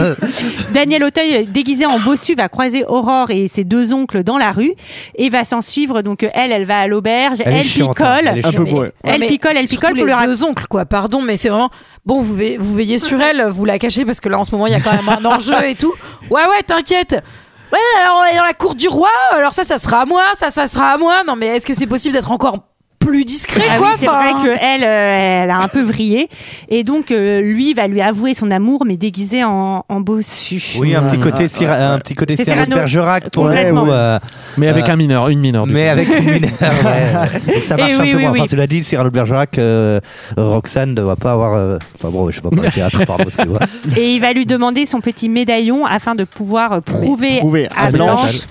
S1: Daniel Auteuil, euh, déguisé en bossu, va croiser Aurore et ses deux oncles dans la rue et va s'en suivre. Donc euh, elle, elle va à l'auberge,
S8: Elle
S1: elle,
S8: est
S1: picole,
S8: chiante, hein, elle est Un peu chiante. bourrée. Ouais,
S1: elle
S8: mais
S1: picole, elle
S8: surtout
S1: picole
S8: les
S1: pour lui raconter.
S8: deux oncles quoi pardon mais c'est vraiment bon vous veillez, vous veillez sur elle vous la cachez parce que là en ce moment il y a quand même un enjeu et tout ouais ouais t'inquiète ouais alors on est dans la cour du roi alors ça ça sera à moi ça ça sera à moi non mais est-ce que c'est possible d'être encore plus discret
S1: Ah
S8: quoi
S1: oui, c'est
S8: Enfin,
S1: vrai qu'elle elle a un peu vrillé et donc euh, lui va lui avouer son amour mais déguisé en, en bossu.
S7: Oui, un petit côté, Cyr- un petit côté
S1: C'est
S7: Cyrano de
S1: Cyrano.
S7: Bergerac pour le
S1: Complètement.
S7: coup, euh,
S9: Mais avec
S7: euh,
S9: un mineur, une mineure. du
S7: Mais
S9: coup.
S7: avec une mineure, ouais. Donc ça
S1: Et
S7: marche un
S1: oui,
S7: peu
S1: oui,
S7: moins. Enfin,
S1: oui.
S7: cela dit, Cyrano de Bergerac, euh, Roxane ne va pas avoir. euh, Enfin bon, je sais pas, pour le théâtre, pardon, excusez-moi.
S1: Et il va lui demander son petit médaillon afin de pouvoir euh, prouver, à Blanche.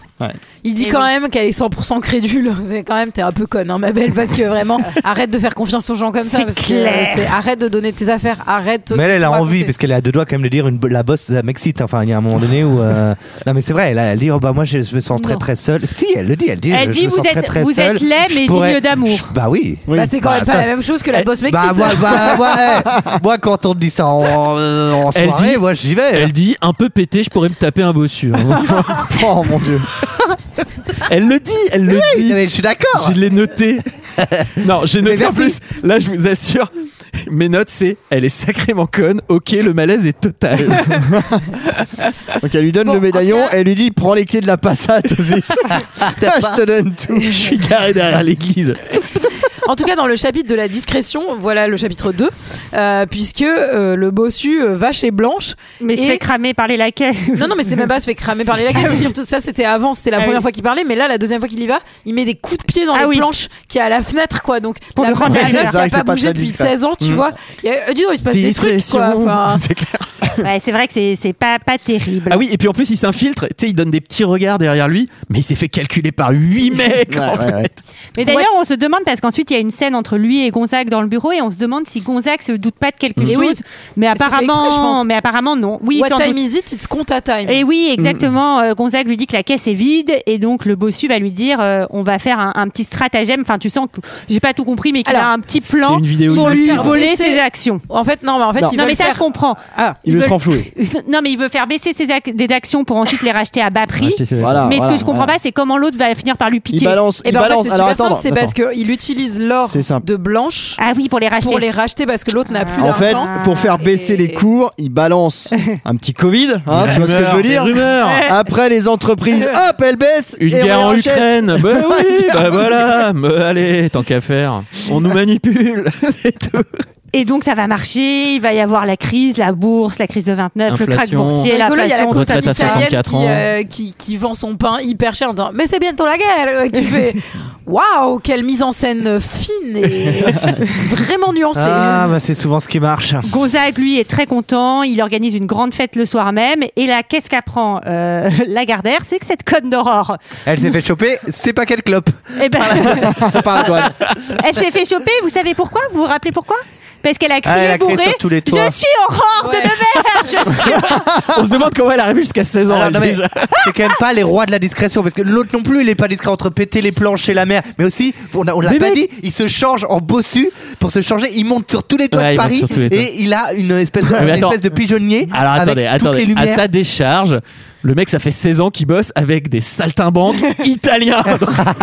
S8: Il
S1: Eh
S8: dit quand même qu'elle est 100% crédule. C'est Quand même, t'es un peu conne, hein, ma belle, parce que vraiment, arrête de faire confiance aux gens comme ça.
S1: C'est
S8: parce que,
S1: clair.
S8: euh, c'est- arrête de donner tes affaires, arrête.
S7: Mais elle, elle a envie,
S8: parce
S7: parce qu'elle est à deux doigts quand même de dire une, la bosse, ça m'excite. Enfin, il y a un moment donné où. euh, Non, mais c'est vrai, elle, elle dit oh, bah, Moi, je me sens très très seule. Si, elle le dit, elle dit
S1: Elle
S7: je- je
S1: dit,
S7: me
S1: vous
S7: sens
S1: êtes-
S7: très, très
S1: vous
S7: seule.
S1: êtes laid,
S7: Je
S1: mais
S7: pourrais-
S1: digne d'amour.
S7: je- Bah oui.
S8: Bah, c'est quand même pas
S7: ça-
S8: la même chose que la bosse
S7: Bah,
S8: m'excite.
S7: moi, bah, moi, eh, moi, quand on me dit ça en, euh, en
S9: Elle
S7: soirée,
S9: dit-
S7: moi, j'y vais.
S9: Elle dit un peu pété, je pourrais me taper un bossu. hein.
S7: Oh mon dieu.
S9: elle le dit, elle le dit.
S7: je suis d'accord.
S9: Je l'ai noté. non, j'ai
S7: Mais
S9: noté en plus.
S7: merci.
S9: Là, je vous assure, mes notes c'est elle est sacrément conne. Ok, le malaise est total.
S11: Donc elle lui donne le médaillon et elle lui dit prends les clés de la passate aussi. je te donne tout. Je
S9: suis garé derrière l'église.
S8: En tout cas, dans le chapitre de la discrétion, voilà le chapitre 2, euh, puisque euh, le bossu euh, va chez Blanche.
S1: Mais se fait cramer par les laquais.
S8: Non, non, mais c'est même pas se fait cramer par les laquais. C'est surtout ça, c'était avant, c'était la
S1: Ah
S8: première
S1: oui.
S8: fois qu'il parlait, mais là, la deuxième fois qu'il y va, il met des coups de pied dans
S1: Ah
S8: les
S1: oui.
S8: planches qui est à la fenêtre, quoi. Donc,
S1: Pour
S8: la,
S1: le rendre
S8: la
S1: la
S8: meuf
S1: lumière.
S8: qui
S1: C'est vrai
S8: a
S1: que
S8: pas
S1: c'est pas
S8: bougé depuis
S1: sadiste,
S8: 16 ans, tu
S1: Mm.
S8: vois. Il, y a- euh, dis donc, il se passe des trucs, quoi. Enfin,
S1: Ouais, c'est vrai que c'est c'est pas, pas terrible.
S9: Ah oui, et puis en plus, il s'infiltre, tu sais, il donne des petits regards derrière lui, mais il s'est fait calculer par 8 mecs en fait.
S1: Mais d'ailleurs, on se demande, parce qu'ensuite, il y a une scène entre lui et Gonzague dans le bureau, et on se demande si Gonzague se doute pas de quelque
S8: Mais
S1: chose.
S8: Mm. oui.
S1: Mais
S8: c'est fait exprès, je
S1: apparemment,
S8: pense.
S1: mais apparemment, non. Oui, il
S8: What Mm.
S1: s'en
S8: time
S1: doute.
S8: is it? It's compte à time.
S1: Et oui, exactement. euh, Gonzague lui dit que la caisse est vide et donc le bossu va lui dire euh, on va faire un, un petit stratagème. Enfin, tu sens que j'ai pas tout compris, mais qu'il
S8: Alors,
S1: a un petit
S9: c'est
S1: plan
S9: une vidéo
S1: pour
S9: de
S1: lui
S9: faire
S1: voler
S8: baisser-
S1: ses actions.
S8: En fait, non, mais en fait,
S1: non,
S8: il veut
S1: mais
S8: le
S1: ça
S8: faire. Ah.
S1: je comprends.
S11: Il veut se renflouer.
S1: Non, mais il veut faire baisser ses ac- des actions pour ensuite les racheter à bas prix.
S11: Racheter ses actions.
S8: Ah,
S11: Voilà,
S1: mais ce
S11: voilà,
S1: que je comprends
S11: voilà.
S1: pas, c'est comment l'autre va finir par lui piquer.
S11: balance,
S8: Et
S11: il
S8: ben en fait,
S11: balance.
S8: c'est
S11: Alors,
S8: super simple,
S11: attends,
S8: c'est
S11: attends.
S8: parce qu'il utilise l'or
S11: C'est simple.
S8: de Blanche
S1: Ah oui, pour les racheter.
S8: pour les racheter parce que l'autre
S1: Ah.
S8: n'a plus
S11: En fait,
S8: d'argent.
S11: pour
S7: Ah,
S11: faire baisser les cours, il balance un petit Covid, hein, tu vois ce que je veux
S9: Des
S11: dire
S9: rumeurs.
S11: Après les entreprises, hop, elles baissent.
S9: Une
S11: et on
S9: guerre
S11: les
S9: en
S11: rachète.
S9: Ukraine Bah oui,
S11: Une guerre
S9: bah
S11: en
S9: voilà Mais Allez, tant qu'à faire, on nous manipule C'est tout.
S1: Et donc ça va marcher, il va y avoir la crise, la bourse, la crise de 29, le crack
S9: Inflation.
S1: boursier,
S9: C'est rigolo, il y a la
S1: l'inflation,
S9: course Retraite à
S8: Italienne
S9: 64
S8: qui,
S9: ans.
S8: euh, qui, qui vend son pain hyper cher en disant Mais c'est bientôt la guerre Et Tu fais Waouh, quelle mise en scène fine et vraiment nuancée.
S7: Ah, bah c'est souvent ce qui marche.
S1: Gonzague, lui, est très content. Il organise une grande fête le soir même. Et là, qu'est-ce qu'apprend euh, Lagardère C'est que cette conne d'Aurore,
S7: Elle s'est fait choper, c'est pas quelle clope.
S1: eh ben,
S7: Par la douane.
S1: elle s'est fait choper. Vous savez pourquoi Vous vous rappelez pourquoi Parce qu'elle a crié
S9: Ah, elle a crié
S1: bourrée,
S9: sur tous les toits.
S1: Je suis Aurore de Nevers Je suis
S9: On se demande comment elle est arrivée jusqu'à 16 ans.
S7: Alors,
S9: elle,
S7: Ah, non, mais
S9: déjà.
S7: c'est quand même pas les rois de la discrétion parce que l'autre non plus il est pas discret entre péter les planches et la mer mais aussi on, a- on l'a
S9: Mais
S7: pas
S9: mec-
S7: dit il se change en bossu pour se changer il monte sur tous les toits
S9: Ouais,
S7: de
S9: il monte
S7: Paris
S9: sur tous les toits.
S7: et il a une espèce de,
S9: Mais
S7: une
S9: attends.
S7: espèce de pigeonnier
S9: Alors attendez,
S7: avec toutes les
S9: attendez. Ah, À
S7: lumières
S9: sa décharge, le mec, ça fait 16 ans qu'il bosse avec des saltimbanques italiens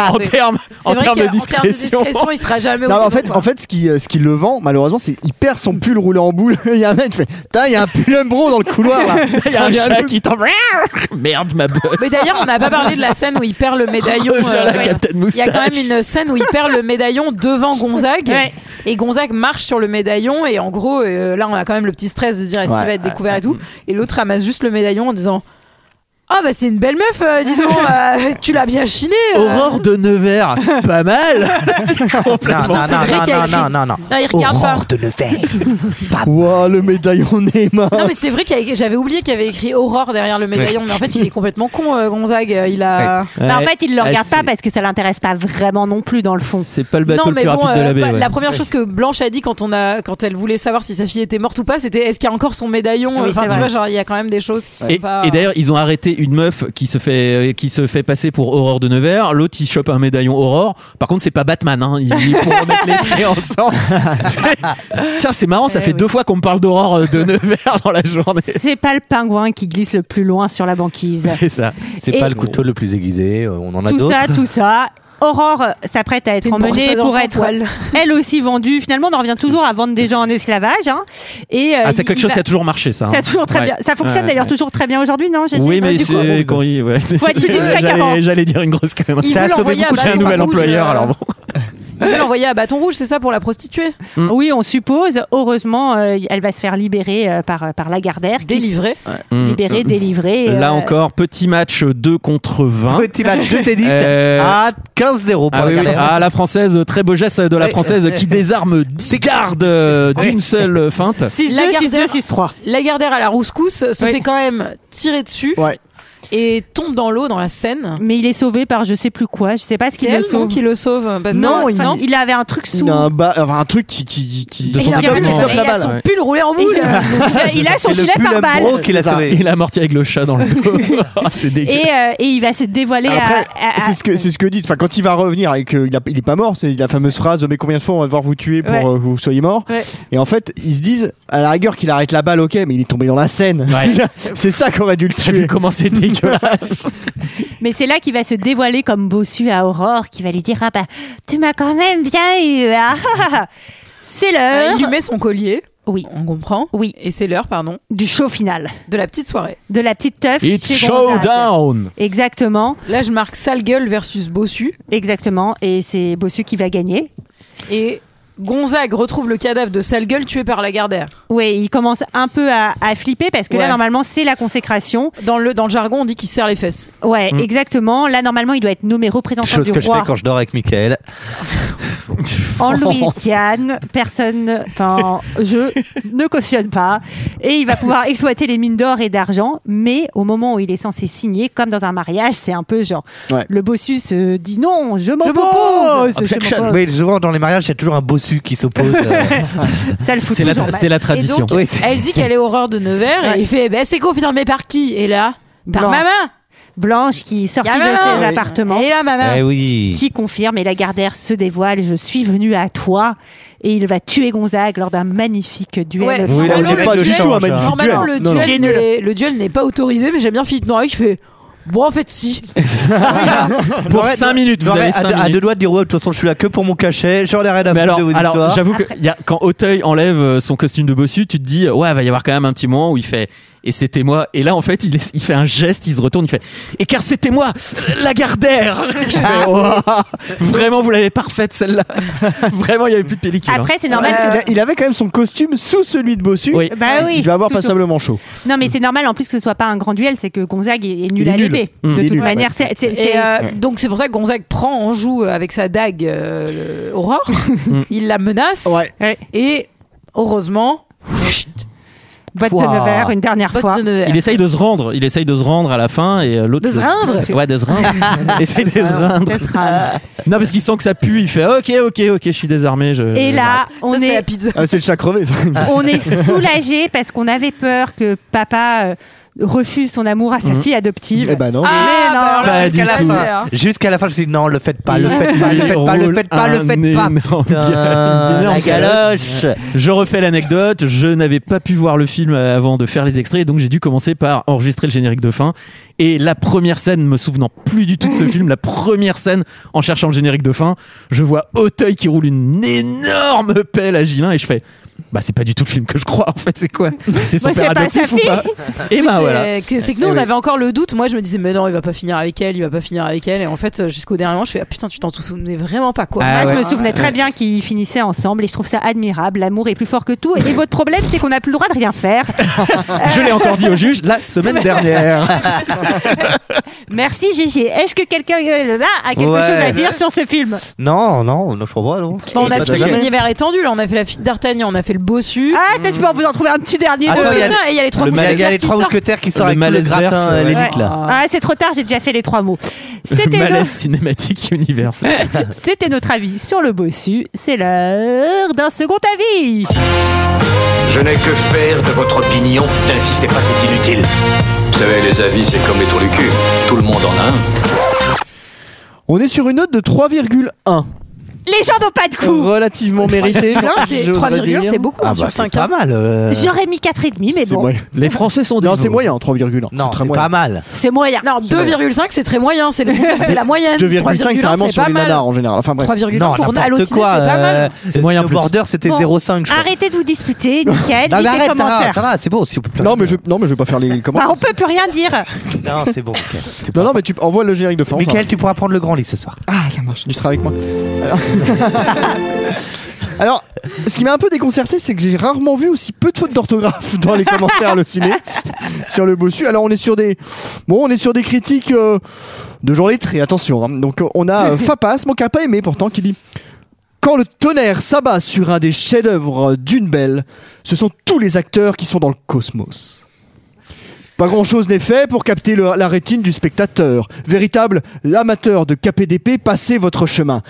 S9: en termes
S8: C'est
S9: en termes
S8: vrai qu'en
S9: de
S8: termes de
S9: discrétion.
S8: discrétion, il sera jamais au
S11: Non, mais en
S8: niveau,
S11: fait, en fait, ce qui, euh, ce qui le vend, malheureusement, c'est il perd son pull roulé en boule. Il y a un mec qui fait Putain, il y a un pull umbro dans le couloir là.
S9: Il y a
S11: Ça
S9: un
S11: vient
S9: chat
S11: d'où
S9: qui tombe. Merde, ma bosse.
S8: Mais d'ailleurs, on n'a pas parlé de la scène où il perd le médaillon.
S9: Reviens là,
S8: euh, ouais.
S9: Captain
S8: il y a
S9: Moustache.
S8: quand même une scène où il perd le médaillon devant Gonzague.
S1: Ouais.
S8: Et Gonzague marche sur le médaillon. Et en gros, euh, là, on a quand même le petit stress de dire est-ce
S11: Ouais,
S8: qu'il va être découvert et
S9: Mm.
S8: tout. Et l'autre ramasse juste le médaillon en disant Ah, bah c'est une belle meuf, euh, dis donc, euh, tu l'as bien chiné. euh.
S9: Aurore de Nevers, pas mal.
S7: non, non,
S8: c'est vrai qu'il y
S7: non,
S8: a écrit-
S7: non, non, non,
S8: Non, il regarde pas.
S7: Aurore de Nevers.
S11: Ouah, le médaillon Neymar.
S8: Non mais c'est vrai qu'il y avait- j'avais oublié qu'il y avait écrit Aurore derrière le médaillon mais en fait il est complètement con euh, Gonzague il a
S9: Ouais.
S1: Bah, en fait, il le
S9: Ah,
S1: regarde
S9: c'est-
S1: pas parce que ça l'intéresse pas vraiment non plus dans le fond.
S9: C'est pas le bateau
S8: non,
S9: le
S8: mais
S9: plus
S8: bon,
S9: rapide de
S8: euh,
S9: la baie.
S8: bah,
S9: ouais.
S8: la première chose que Blanche a dit quand on a quand elle voulait savoir si sa fille était morte ou pas, c'était est-ce qu'il y a encore son
S9: Ah
S8: médaillon
S1: Oui, c'est
S8: Enfin, tu
S1: vrai.
S8: vois, genre il y a quand même des choses qui sont
S9: Et,
S8: pas.
S9: et d'ailleurs, ils ont arrêté une meuf qui se fait euh, qui se fait passer pour Aurore de Nevers. L'autre, il chope un médaillon Aurore. Par contre, c'est pas Batman. Hein. Il, il- pour remettre les traits ensemble. C'est- Tiens, c'est marrant. Ça fait deux fois qu'on me parle d'Aurore euh, de Nevers dans la journée.
S1: C'est pas le pingouin qui glisse le plus loin sur la banquise.
S9: C'est ça.
S1: Et- pas le
S7: couteau le plus aiguisé on en
S1: tout ça, tout ça. Aurore s'apprête à être
S8: une brosse
S1: emmenée
S8: à dents
S1: pour
S8: sans
S1: être
S8: poil.
S1: elle aussi vendue. Finalement, on en revient toujours à vendre des gens en esclavage. hein. Et euh,
S9: Ah, c'est
S1: il-
S9: quelque
S1: il
S9: chose
S1: va-
S9: qui a toujours marché, ça.
S1: Ça
S9: hein.
S1: a toujours très
S9: Ouais.
S1: bien. Ça fonctionne
S9: Ouais,
S1: d'ailleurs
S9: ouais.
S1: toujours très bien aujourd'hui, non Gégé
S9: Oui, mais
S1: Du coup,
S9: c'est quand il- ouais.
S1: Faut être plus discret
S9: J'allais-
S1: qu'avant.
S9: J'allais dire une grosse connerie.
S8: Il
S9: Ça a
S8: veut
S9: sauvé
S8: l'envoyer à
S9: beaucoup chez un
S8: Baton
S9: nouvel
S8: Rouge,
S9: employeur.
S8: euh,
S9: Alors bon.
S8: Il veut l'envoyer à Bâton Rouge, c'est ça pour la prostituée
S1: Oui, on suppose. Heureusement, euh, elle va se faire libérer euh, par par Lagardère. qui-
S8: Délivré.
S9: Mm.
S1: Libérée, délivrée. euh,
S9: Là encore, petit match 2 contre 20.
S7: petit match de tennis
S9: Euh,
S7: à 15-0 pour
S9: Ah,
S7: la
S9: oui, oui.
S7: galère.
S9: Ah, la française, très beau geste de la
S7: Oui.
S9: française qui désarme 10 gardes euh, d'une seule feinte.
S1: 6-2,
S8: Lagardère.
S1: 6-2, 6-3.
S8: Lagardère à la rouscousse se fait quand même tirer dessus
S11: Ouais.
S8: et tombe dans l'eau dans la Seine.
S1: Mais il est sauvé par je sais plus quoi. Je sais pas ce
S8: C'est
S1: qu'il le
S8: elle non,
S1: sauve.
S8: qui le sauve parce que-
S1: Non, il,
S8: enfin,
S1: il avait un truc sous.
S11: Il a un, ba- enfin, un truc qui, qui, qui...
S9: De son
S11: qui
S1: il a
S9: stoppement.
S1: plus
S11: stoppe
S8: il
S11: la
S8: a
S11: balle.
S8: son
S9: ouais.
S8: pull roulé en boule.
S1: Il a- il a son
S7: C'est le
S1: gilet
S7: pull
S1: par balle.
S7: Umbro qui l'a sauvé.
S9: Il a morti avec le chat dans le dos. Ah, c'est dégueu.
S1: Et, euh, et il va se dévoiler à-
S11: Après,
S1: à- à-
S11: c'est ce que c'est ce que disent. Enfin, quand il va revenir et qu'il a- il est pas mort, c'est la fameuse phrase "Mais combien de fois on va devoir vous tuer pour
S1: Ouais.
S11: euh, que vous soyez mort
S1: Ouais.
S11: Et en fait, ils se disent à la rigueur qu'il arrête la balle, ok, mais il est tombé dans la Seine.
S9: Ouais.
S11: c'est ça qu'on va dû le
S9: T'as vu
S11: tuer.
S9: comment c'est dégueulasse
S1: Mais c'est là qu'il va se dévoiler comme bossu à Aurore, qui va lui dire Ah bah, tu m'as quand même bien eu, ah, ah, ah. C'est
S8: Euh,
S1: l'heure
S8: il lui met son collier.
S1: Oui.
S8: On comprend.
S1: Oui.
S8: Et c'est l'heure, pardon,
S1: du show final,
S8: de la petite soirée.
S1: de la petite teuf.
S9: It's
S1: chez Gonzague.
S9: showdown
S1: Exactement,
S8: Là, je marque sale gueule versus bossu.
S1: exactement. Et c'est Bossu qui va gagner.
S8: Et Gonzague retrouve le cadavre de sale gueule tué par Lagardère.
S1: Oui, il commence un peu à, à flipper parce que là,
S8: Ouais.
S1: normalement, c'est la consécration.
S8: Dans le, dans le jargon, on dit qu'il serre les fesses.
S1: Ouais, exactement. Là, normalement, il doit être nommé représentant
S7: chose
S1: du
S7: que je
S1: roi
S7: fais quand je dors avec Michael
S1: en Louisiane. Personne, enfin, je ne cautionne pas. Et il va pouvoir exploiter les mines d'or et d'argent, mais au moment où il est censé signer, comme dans un mariage, c'est un peu genre
S11: Ouais.
S1: le bossu se dit non, je
S8: m'oppose.
S1: m'oppose. je
S7: Objection.
S1: m'oppose.
S7: Oui, souvent dans les mariages, il y a toujours un bossu qui s'oppose. euh,
S1: Ça le fout
S9: C'est la,
S1: toujours mal.
S9: c'est la tradition.
S8: Et donc,
S7: Oui, c'est-
S8: elle dit qu'elle est horreur de Nevers et il fait, eh ben, c'est confirmé par qui Et là, par
S1: Blanc.
S8: maman.
S1: Blanche qui est sortie
S8: Y
S1: de
S8: a maman.
S1: ses appartements.
S8: Ah bah Et là, maman.
S7: eh oui.
S1: qui confirme et Lagardère se dévoile, je suis venu à toi et il va tuer Gonzague lors d'un magnifique duel.
S8: Ouais.
S7: Oui, là,
S8: Normalement,
S7: c'est pas
S8: le
S7: du
S8: duel-
S7: tout un magnifique
S8: Normalement,
S11: duel.
S8: le
S11: Non,
S8: duel
S1: non.
S8: n'est- le duel n'est pas autorisé, mais j'aime bien Philippe Noiret qui fait. Bon, en fait, si.
S9: Pour
S7: J'aurais-
S9: 5 minutes, vous
S7: j'aurais
S9: avez
S7: à,
S9: 5
S7: deux- à
S9: minutes.
S7: deux doigts de dire ouais, de toute façon, je suis là que pour mon cachet. J'en ai rien à
S9: Mais
S7: foutre
S9: alors,
S7: de vos
S9: alors
S7: histoires.
S9: j'avoue que y a- quand Auteuil enlève euh, son costume de bossu, tu te dis, ouais, il va y avoir quand même un petit moment où il fait
S14: et c'était moi. Et là, en fait, il, il fait un geste, il se retourne, il fait Et car c'était moi, Lagardère Je fais, Ouah, Vraiment, vous l'avez parfaite celle-là. vraiment, il n'y avait plus de pellicule. hein.
S1: Après, c'est normal
S9: Il,
S1: que-
S9: a- il avait quand même son costume sous celui de Bossu.
S14: Oui.
S1: Bah oui,
S9: Il doit avoir
S1: tout au-
S9: passablement chaud.
S1: Non, mais c'est normal en plus que ce soit pas un grand duel, c'est que Gonzague est, est nul
S9: Il est
S1: à
S9: nul.
S1: l'épée.
S9: Mm.
S1: De
S9: Il est
S1: toute
S9: nul,
S1: manière,
S9: ouais.
S1: c'est c'est-
S8: Et
S1: c'est-
S8: euh, donc c'est pour ça que Gonzague prend en joue euh, avec sa dague euh, le- Aurore, il la menace et heureusement
S1: boîte
S14: de Ouah. neuf heures, une
S1: dernière
S8: fois.
S14: Il essaye de se rendre, il essaye de se rendre à la fin et euh, l'autre.
S8: De se rendre
S14: Ouais, de se rendre. Il essaye de se rendre.
S1: Euh,
S14: Non, parce qu'il sent que ça pue, il fait ok, ok, ok, je suis désarmé. je-
S1: Et
S14: je
S1: là,
S14: m'arrête.
S1: on est,
S9: Ah, c'est le chat crevé. ça.
S1: on est soulagé parce qu'on avait peur que papa euh, refuse son amour à sa
S7: Mhm.
S1: fille adoptive. Ah,
S7: Eh ben non.
S1: Mais non.
S8: alors là,
S7: Pas
S8: jusqu'à
S7: du
S8: la
S7: tout.
S8: fin, hein.
S7: Jusqu'à la fin, je me suis dit non, le faites pas, le faites pas,
S14: Il
S7: le faites pas, le
S14: roule
S7: faites pas, le
S14: un
S7: faites pas.
S14: énorme
S7: Putain,
S14: galet en
S7: la
S14: galoche.
S7: galoche.
S14: Je refais l'anecdote. Je n'avais pas pu voir le film euh, avant de faire les extraits, donc j'ai dû commencer par enregistrer le générique de fin. Et la première scène, me souvenant plus du tout de ce film, la première scène, en cherchant le générique de fin, je vois Auteuil qui roule une énorme pelle à Gilin et je fais. Bah c'est pas du tout le film que je crois en fait c'est quoi c'est son
S8: Bah,
S14: père
S8: c'est pas sa
S14: adoptif ou
S8: fille.
S14: pas
S7: Eh
S14: et
S8: Oui,
S14: bah
S7: ben,
S8: c'est-
S14: voilà
S8: C'est c'est que nous,
S14: Eh
S8: on
S14: oui.
S8: avait encore le doute. Moi, je me disais, mais non, il va pas finir avec elle, il va pas finir avec elle. Et en fait, jusqu'au dernier moment, je fais, ah, putain, tu t'en souvenais vraiment pas
S7: Ah
S8: quoi.
S1: Moi, je me souvenais très bien qu'ils finissaient ensemble et je trouve ça admirable. L'amour est plus fort que tout. Et votre problème, c'est qu'on n'a plus le droit de rien faire.
S14: je l'ai encore dit au juge la semaine dernière
S1: Merci Gégé. Est-ce que quelqu'un euh, là a quelque
S7: Ouais.
S1: chose à dire sur ce film
S7: Non, non, non, je crois pas, non.
S8: Bon, on a
S7: Ah, Pas
S8: fait
S7: jamais.
S8: l'univers étendu, là, on a fait la fille d'Artagnan, on a fait le bossu.
S1: Ah, peut-être qu'on vous en trouver un petit dernier.
S7: Attends,
S8: Oh, il
S7: il y a-
S8: y a les trois
S7: le mal- il y a les trois mousquetaires qui sortent Le avec tout le malaise gratin verse, et ouais. l'élite, là.
S1: Ah, c'est trop tard, j'ai déjà fait les trois mots. C'était
S14: malaise
S1: donc-
S14: cinématique univers
S1: C'était notre avis sur le bossu. C'est l'heure d'un second avis.
S3: Je n'ai que faire de votre opinion. N'insistez pas, c'est inutile. Vous savez, les avis, c'est comme les trous du cul. Tout le monde en a un.
S9: On est sur une note de 3,1.
S1: Les gens n'ont pas de coup.
S9: Relativement méritée.
S8: Ah
S1: 3,1, c'est-
S9: j'oserais
S1: 3,1,
S9: dire.
S1: c'est beaucoup, Ah hein, bah, sur c'est cinq, pas hein. mal,
S7: Euh,
S1: J'aurais mis 4,5, mais
S9: C'est
S1: bon.
S9: moyen.
S14: Les Français sont
S9: Non, c'est moyen, 3,1. Non, c'est pas
S7: mal.
S1: C'est moyen.
S8: Non, 2,5 c'est très moyen, c'est le- c'est la moyenne.
S9: 2,5 c'est vraiment
S8: 3,1,
S9: sur
S8: pas
S9: les
S8: mal.
S9: nanars en général. Enfin bref.
S8: 3,1 Non, pour n'importe Allociné, quoi, c'est pas mal. euh,
S7: C'est moyen plus. Border, c'était
S1: Bon,
S7: 0,5, je crois.
S1: Arrêtez de vous disputer, Michael.
S7: Non,
S1: lis
S7: mais
S1: tes
S7: arrête, ça va,
S1: commentaires.
S7: ça va, c'est bon. s'il vous plaît.
S9: Non mais je non mais je vais pas faire les
S1: Bah,
S9: commentaires.
S1: on peut plus rien dire.
S7: Non, c'est bon.
S9: Non non mais tu envoies le générique de hein. fin.
S7: Michael, tu pourras prendre le grand lit ce soir.
S9: Ah ça marche. Tu seras avec moi. Alors, Alors, ce qui m'a un peu déconcerté, c'est que j'ai rarement vu aussi peu de fautes d'orthographe dans les commentaires le ciné sur le bossu. Alors on est sur des bon, on est sur des critiques euh, de Jean Lettré, attention. hein. Donc euh, on a euh, Fapas, mon qui a pas aimé pourtant, qui dit quand le tonnerre s'abat sur un des chefs-d'œuvre d'une belle, ce sont tous les acteurs qui sont dans le cosmos. Pas grand chose n'est fait pour capter le- la rétine du spectateur. Véritable amateur de KPDP, passez votre chemin.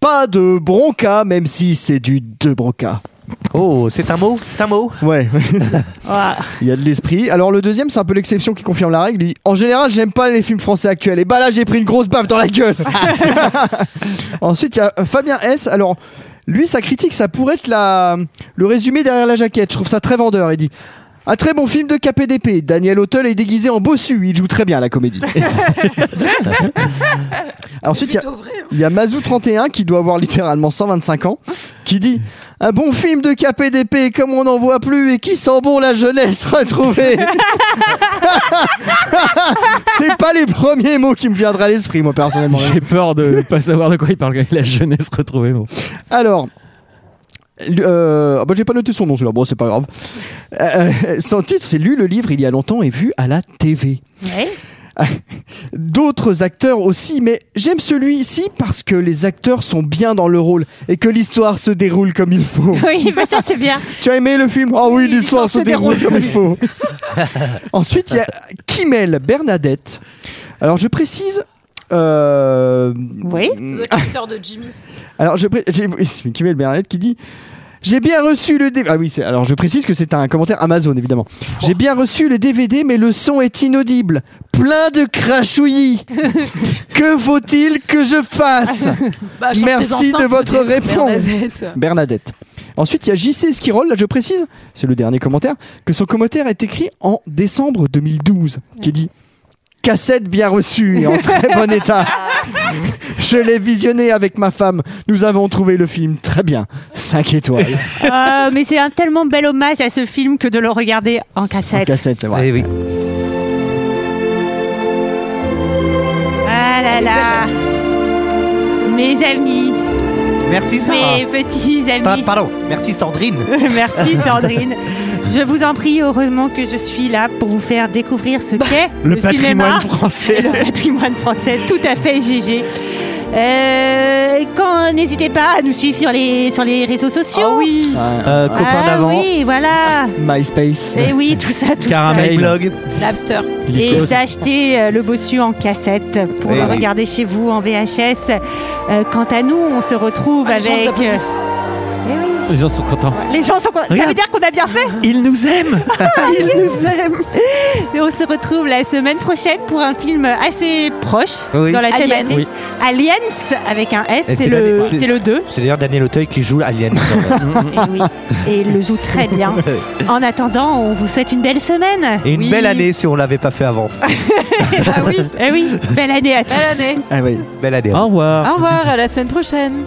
S9: Pas de bronca, même si c'est du de bronca.
S7: Oh, c'est un mot C'est un mot
S9: Ouais. Il y a de l'esprit. Alors le deuxième, c'est un peu l'exception qui confirme la règle. Il dit, en général, j'aime pas les films français actuels. Et bah là, j'ai pris une grosse baffe dans la gueule. Ensuite, il y a euh, Fabien S. Alors lui, sa critique, ça pourrait être la... le résumé derrière la jaquette. Je trouve ça très vendeur. Il dit. Un très bon film de KPDP. Daniel Auteuil est déguisé en bossu. Il joue très bien la comédie. Alors ensuite, il y a- il y a, Mazou31 qui doit avoir littéralement 125 ans, qui dit Un bon film de KPDP comme on n'en voit plus et qui sent bon la jeunesse retrouvée. C'est pas les premiers mots qui me viendront à l'esprit, moi personnellement.
S14: j'ai peur de ne pas savoir de quoi il parle la jeunesse retrouvée bon.
S9: Alors. lu- euh, ah bah j'ai pas noté son nom celui-là, bon c'est pas grave. Euh, euh, son titre c'est Lu le livre il y a longtemps et vu à la TV. D'autres acteurs aussi, mais j'aime celui-ci parce que les acteurs sont bien dans le rôle et que l'histoire se déroule comme il faut.
S1: Oui, bah ça c'est bien.
S9: Tu as aimé le film Ah oui, l'histoire se, déroule, comme il faut. Ensuite, il y a Kimel Bernadette. Alors je précise. euh,
S1: Oui.
S8: sœur de Jimmy.
S9: alors, je pré- j'ai c'est Kimel Bernadette qui dit J'ai bien reçu le DVD. Ah oui, c'est- alors je précise que c'est un commentaire Amazon, évidemment. J'ai bien reçu le DVD, mais le son est inaudible. Plein de crachouillis. que faut-il que je fasse
S8: Bah, change tes
S9: Merci de
S8: enceintes,
S9: votre
S8: peut-être,
S9: réponse.
S8: Bernadette.
S9: Bernadette. Ensuite, il y a JC Skirol, là je précise, c'est le dernier commentaire, que son commentaire est écrit en décembre 2012, qui dit
S11: Cassette bien reçue et en très bon état. Je l'ai visionné avec ma femme. Nous avons trouvé le film très bien. 5 étoiles.
S1: Euh, mais c'est un tellement bel hommage à ce film que de le regarder en cassette.
S11: En cassette, c'est vrai.
S7: Eh
S1: Ah là là. Mes amis.
S7: Merci, Sarah.
S1: Mes petits amis.
S7: Enfin, pardon, merci Sandrine.
S1: Merci Sandrine. Je vous en prie, heureusement que je suis là pour vous faire découvrir ce qu'est
S7: Le
S1: le,
S7: patrimoine
S1: cinéma.
S7: français.
S1: Le patrimoine français, tout à fait GG. Euh, quand n'hésitez pas à nous suivre sur les sur les réseaux sociaux. oui.
S7: Ah,
S11: Euh, copain
S1: ah
S11: d'avant.
S1: oui, voilà.
S11: MySpace.
S1: Et oui, tout ça, tout ça.
S8: Labster.
S1: Et d'acheter euh, le bossu en cassette pour
S8: Oui,
S1: le
S8: oui.
S1: regarder chez vous en VHS. Euh, quant à nous, on se retrouve
S8: Ah, les gens nous
S1: avec.
S8: applaudissent.
S9: euh,
S1: Eh oui.
S9: Les gens sont contents.
S1: Les gens sont contents. Ça veut
S9: Regarde.
S1: dire qu'on a bien fait
S9: Ils nous aiment
S1: Ils nous aiment Et on se retrouve la semaine prochaine pour un film assez proche
S7: Oui.
S1: dans la
S7: Aliens.
S1: thématique. Aliens avec un S,
S7: Et
S1: c'est le,
S7: Dan-
S1: c'est le 2.
S7: C'est d'ailleurs Daniel Auteuil qui joue Alien.
S1: Et il le joue très bien. En attendant, on vous souhaite une belle semaine.
S7: Et une belle année si on l'avait pas fait avant.
S1: Eh oui, belle année à tous.
S8: Belle année.
S7: Ah oui, belle année.
S9: Au revoir.
S8: Au revoir, à la semaine prochaine.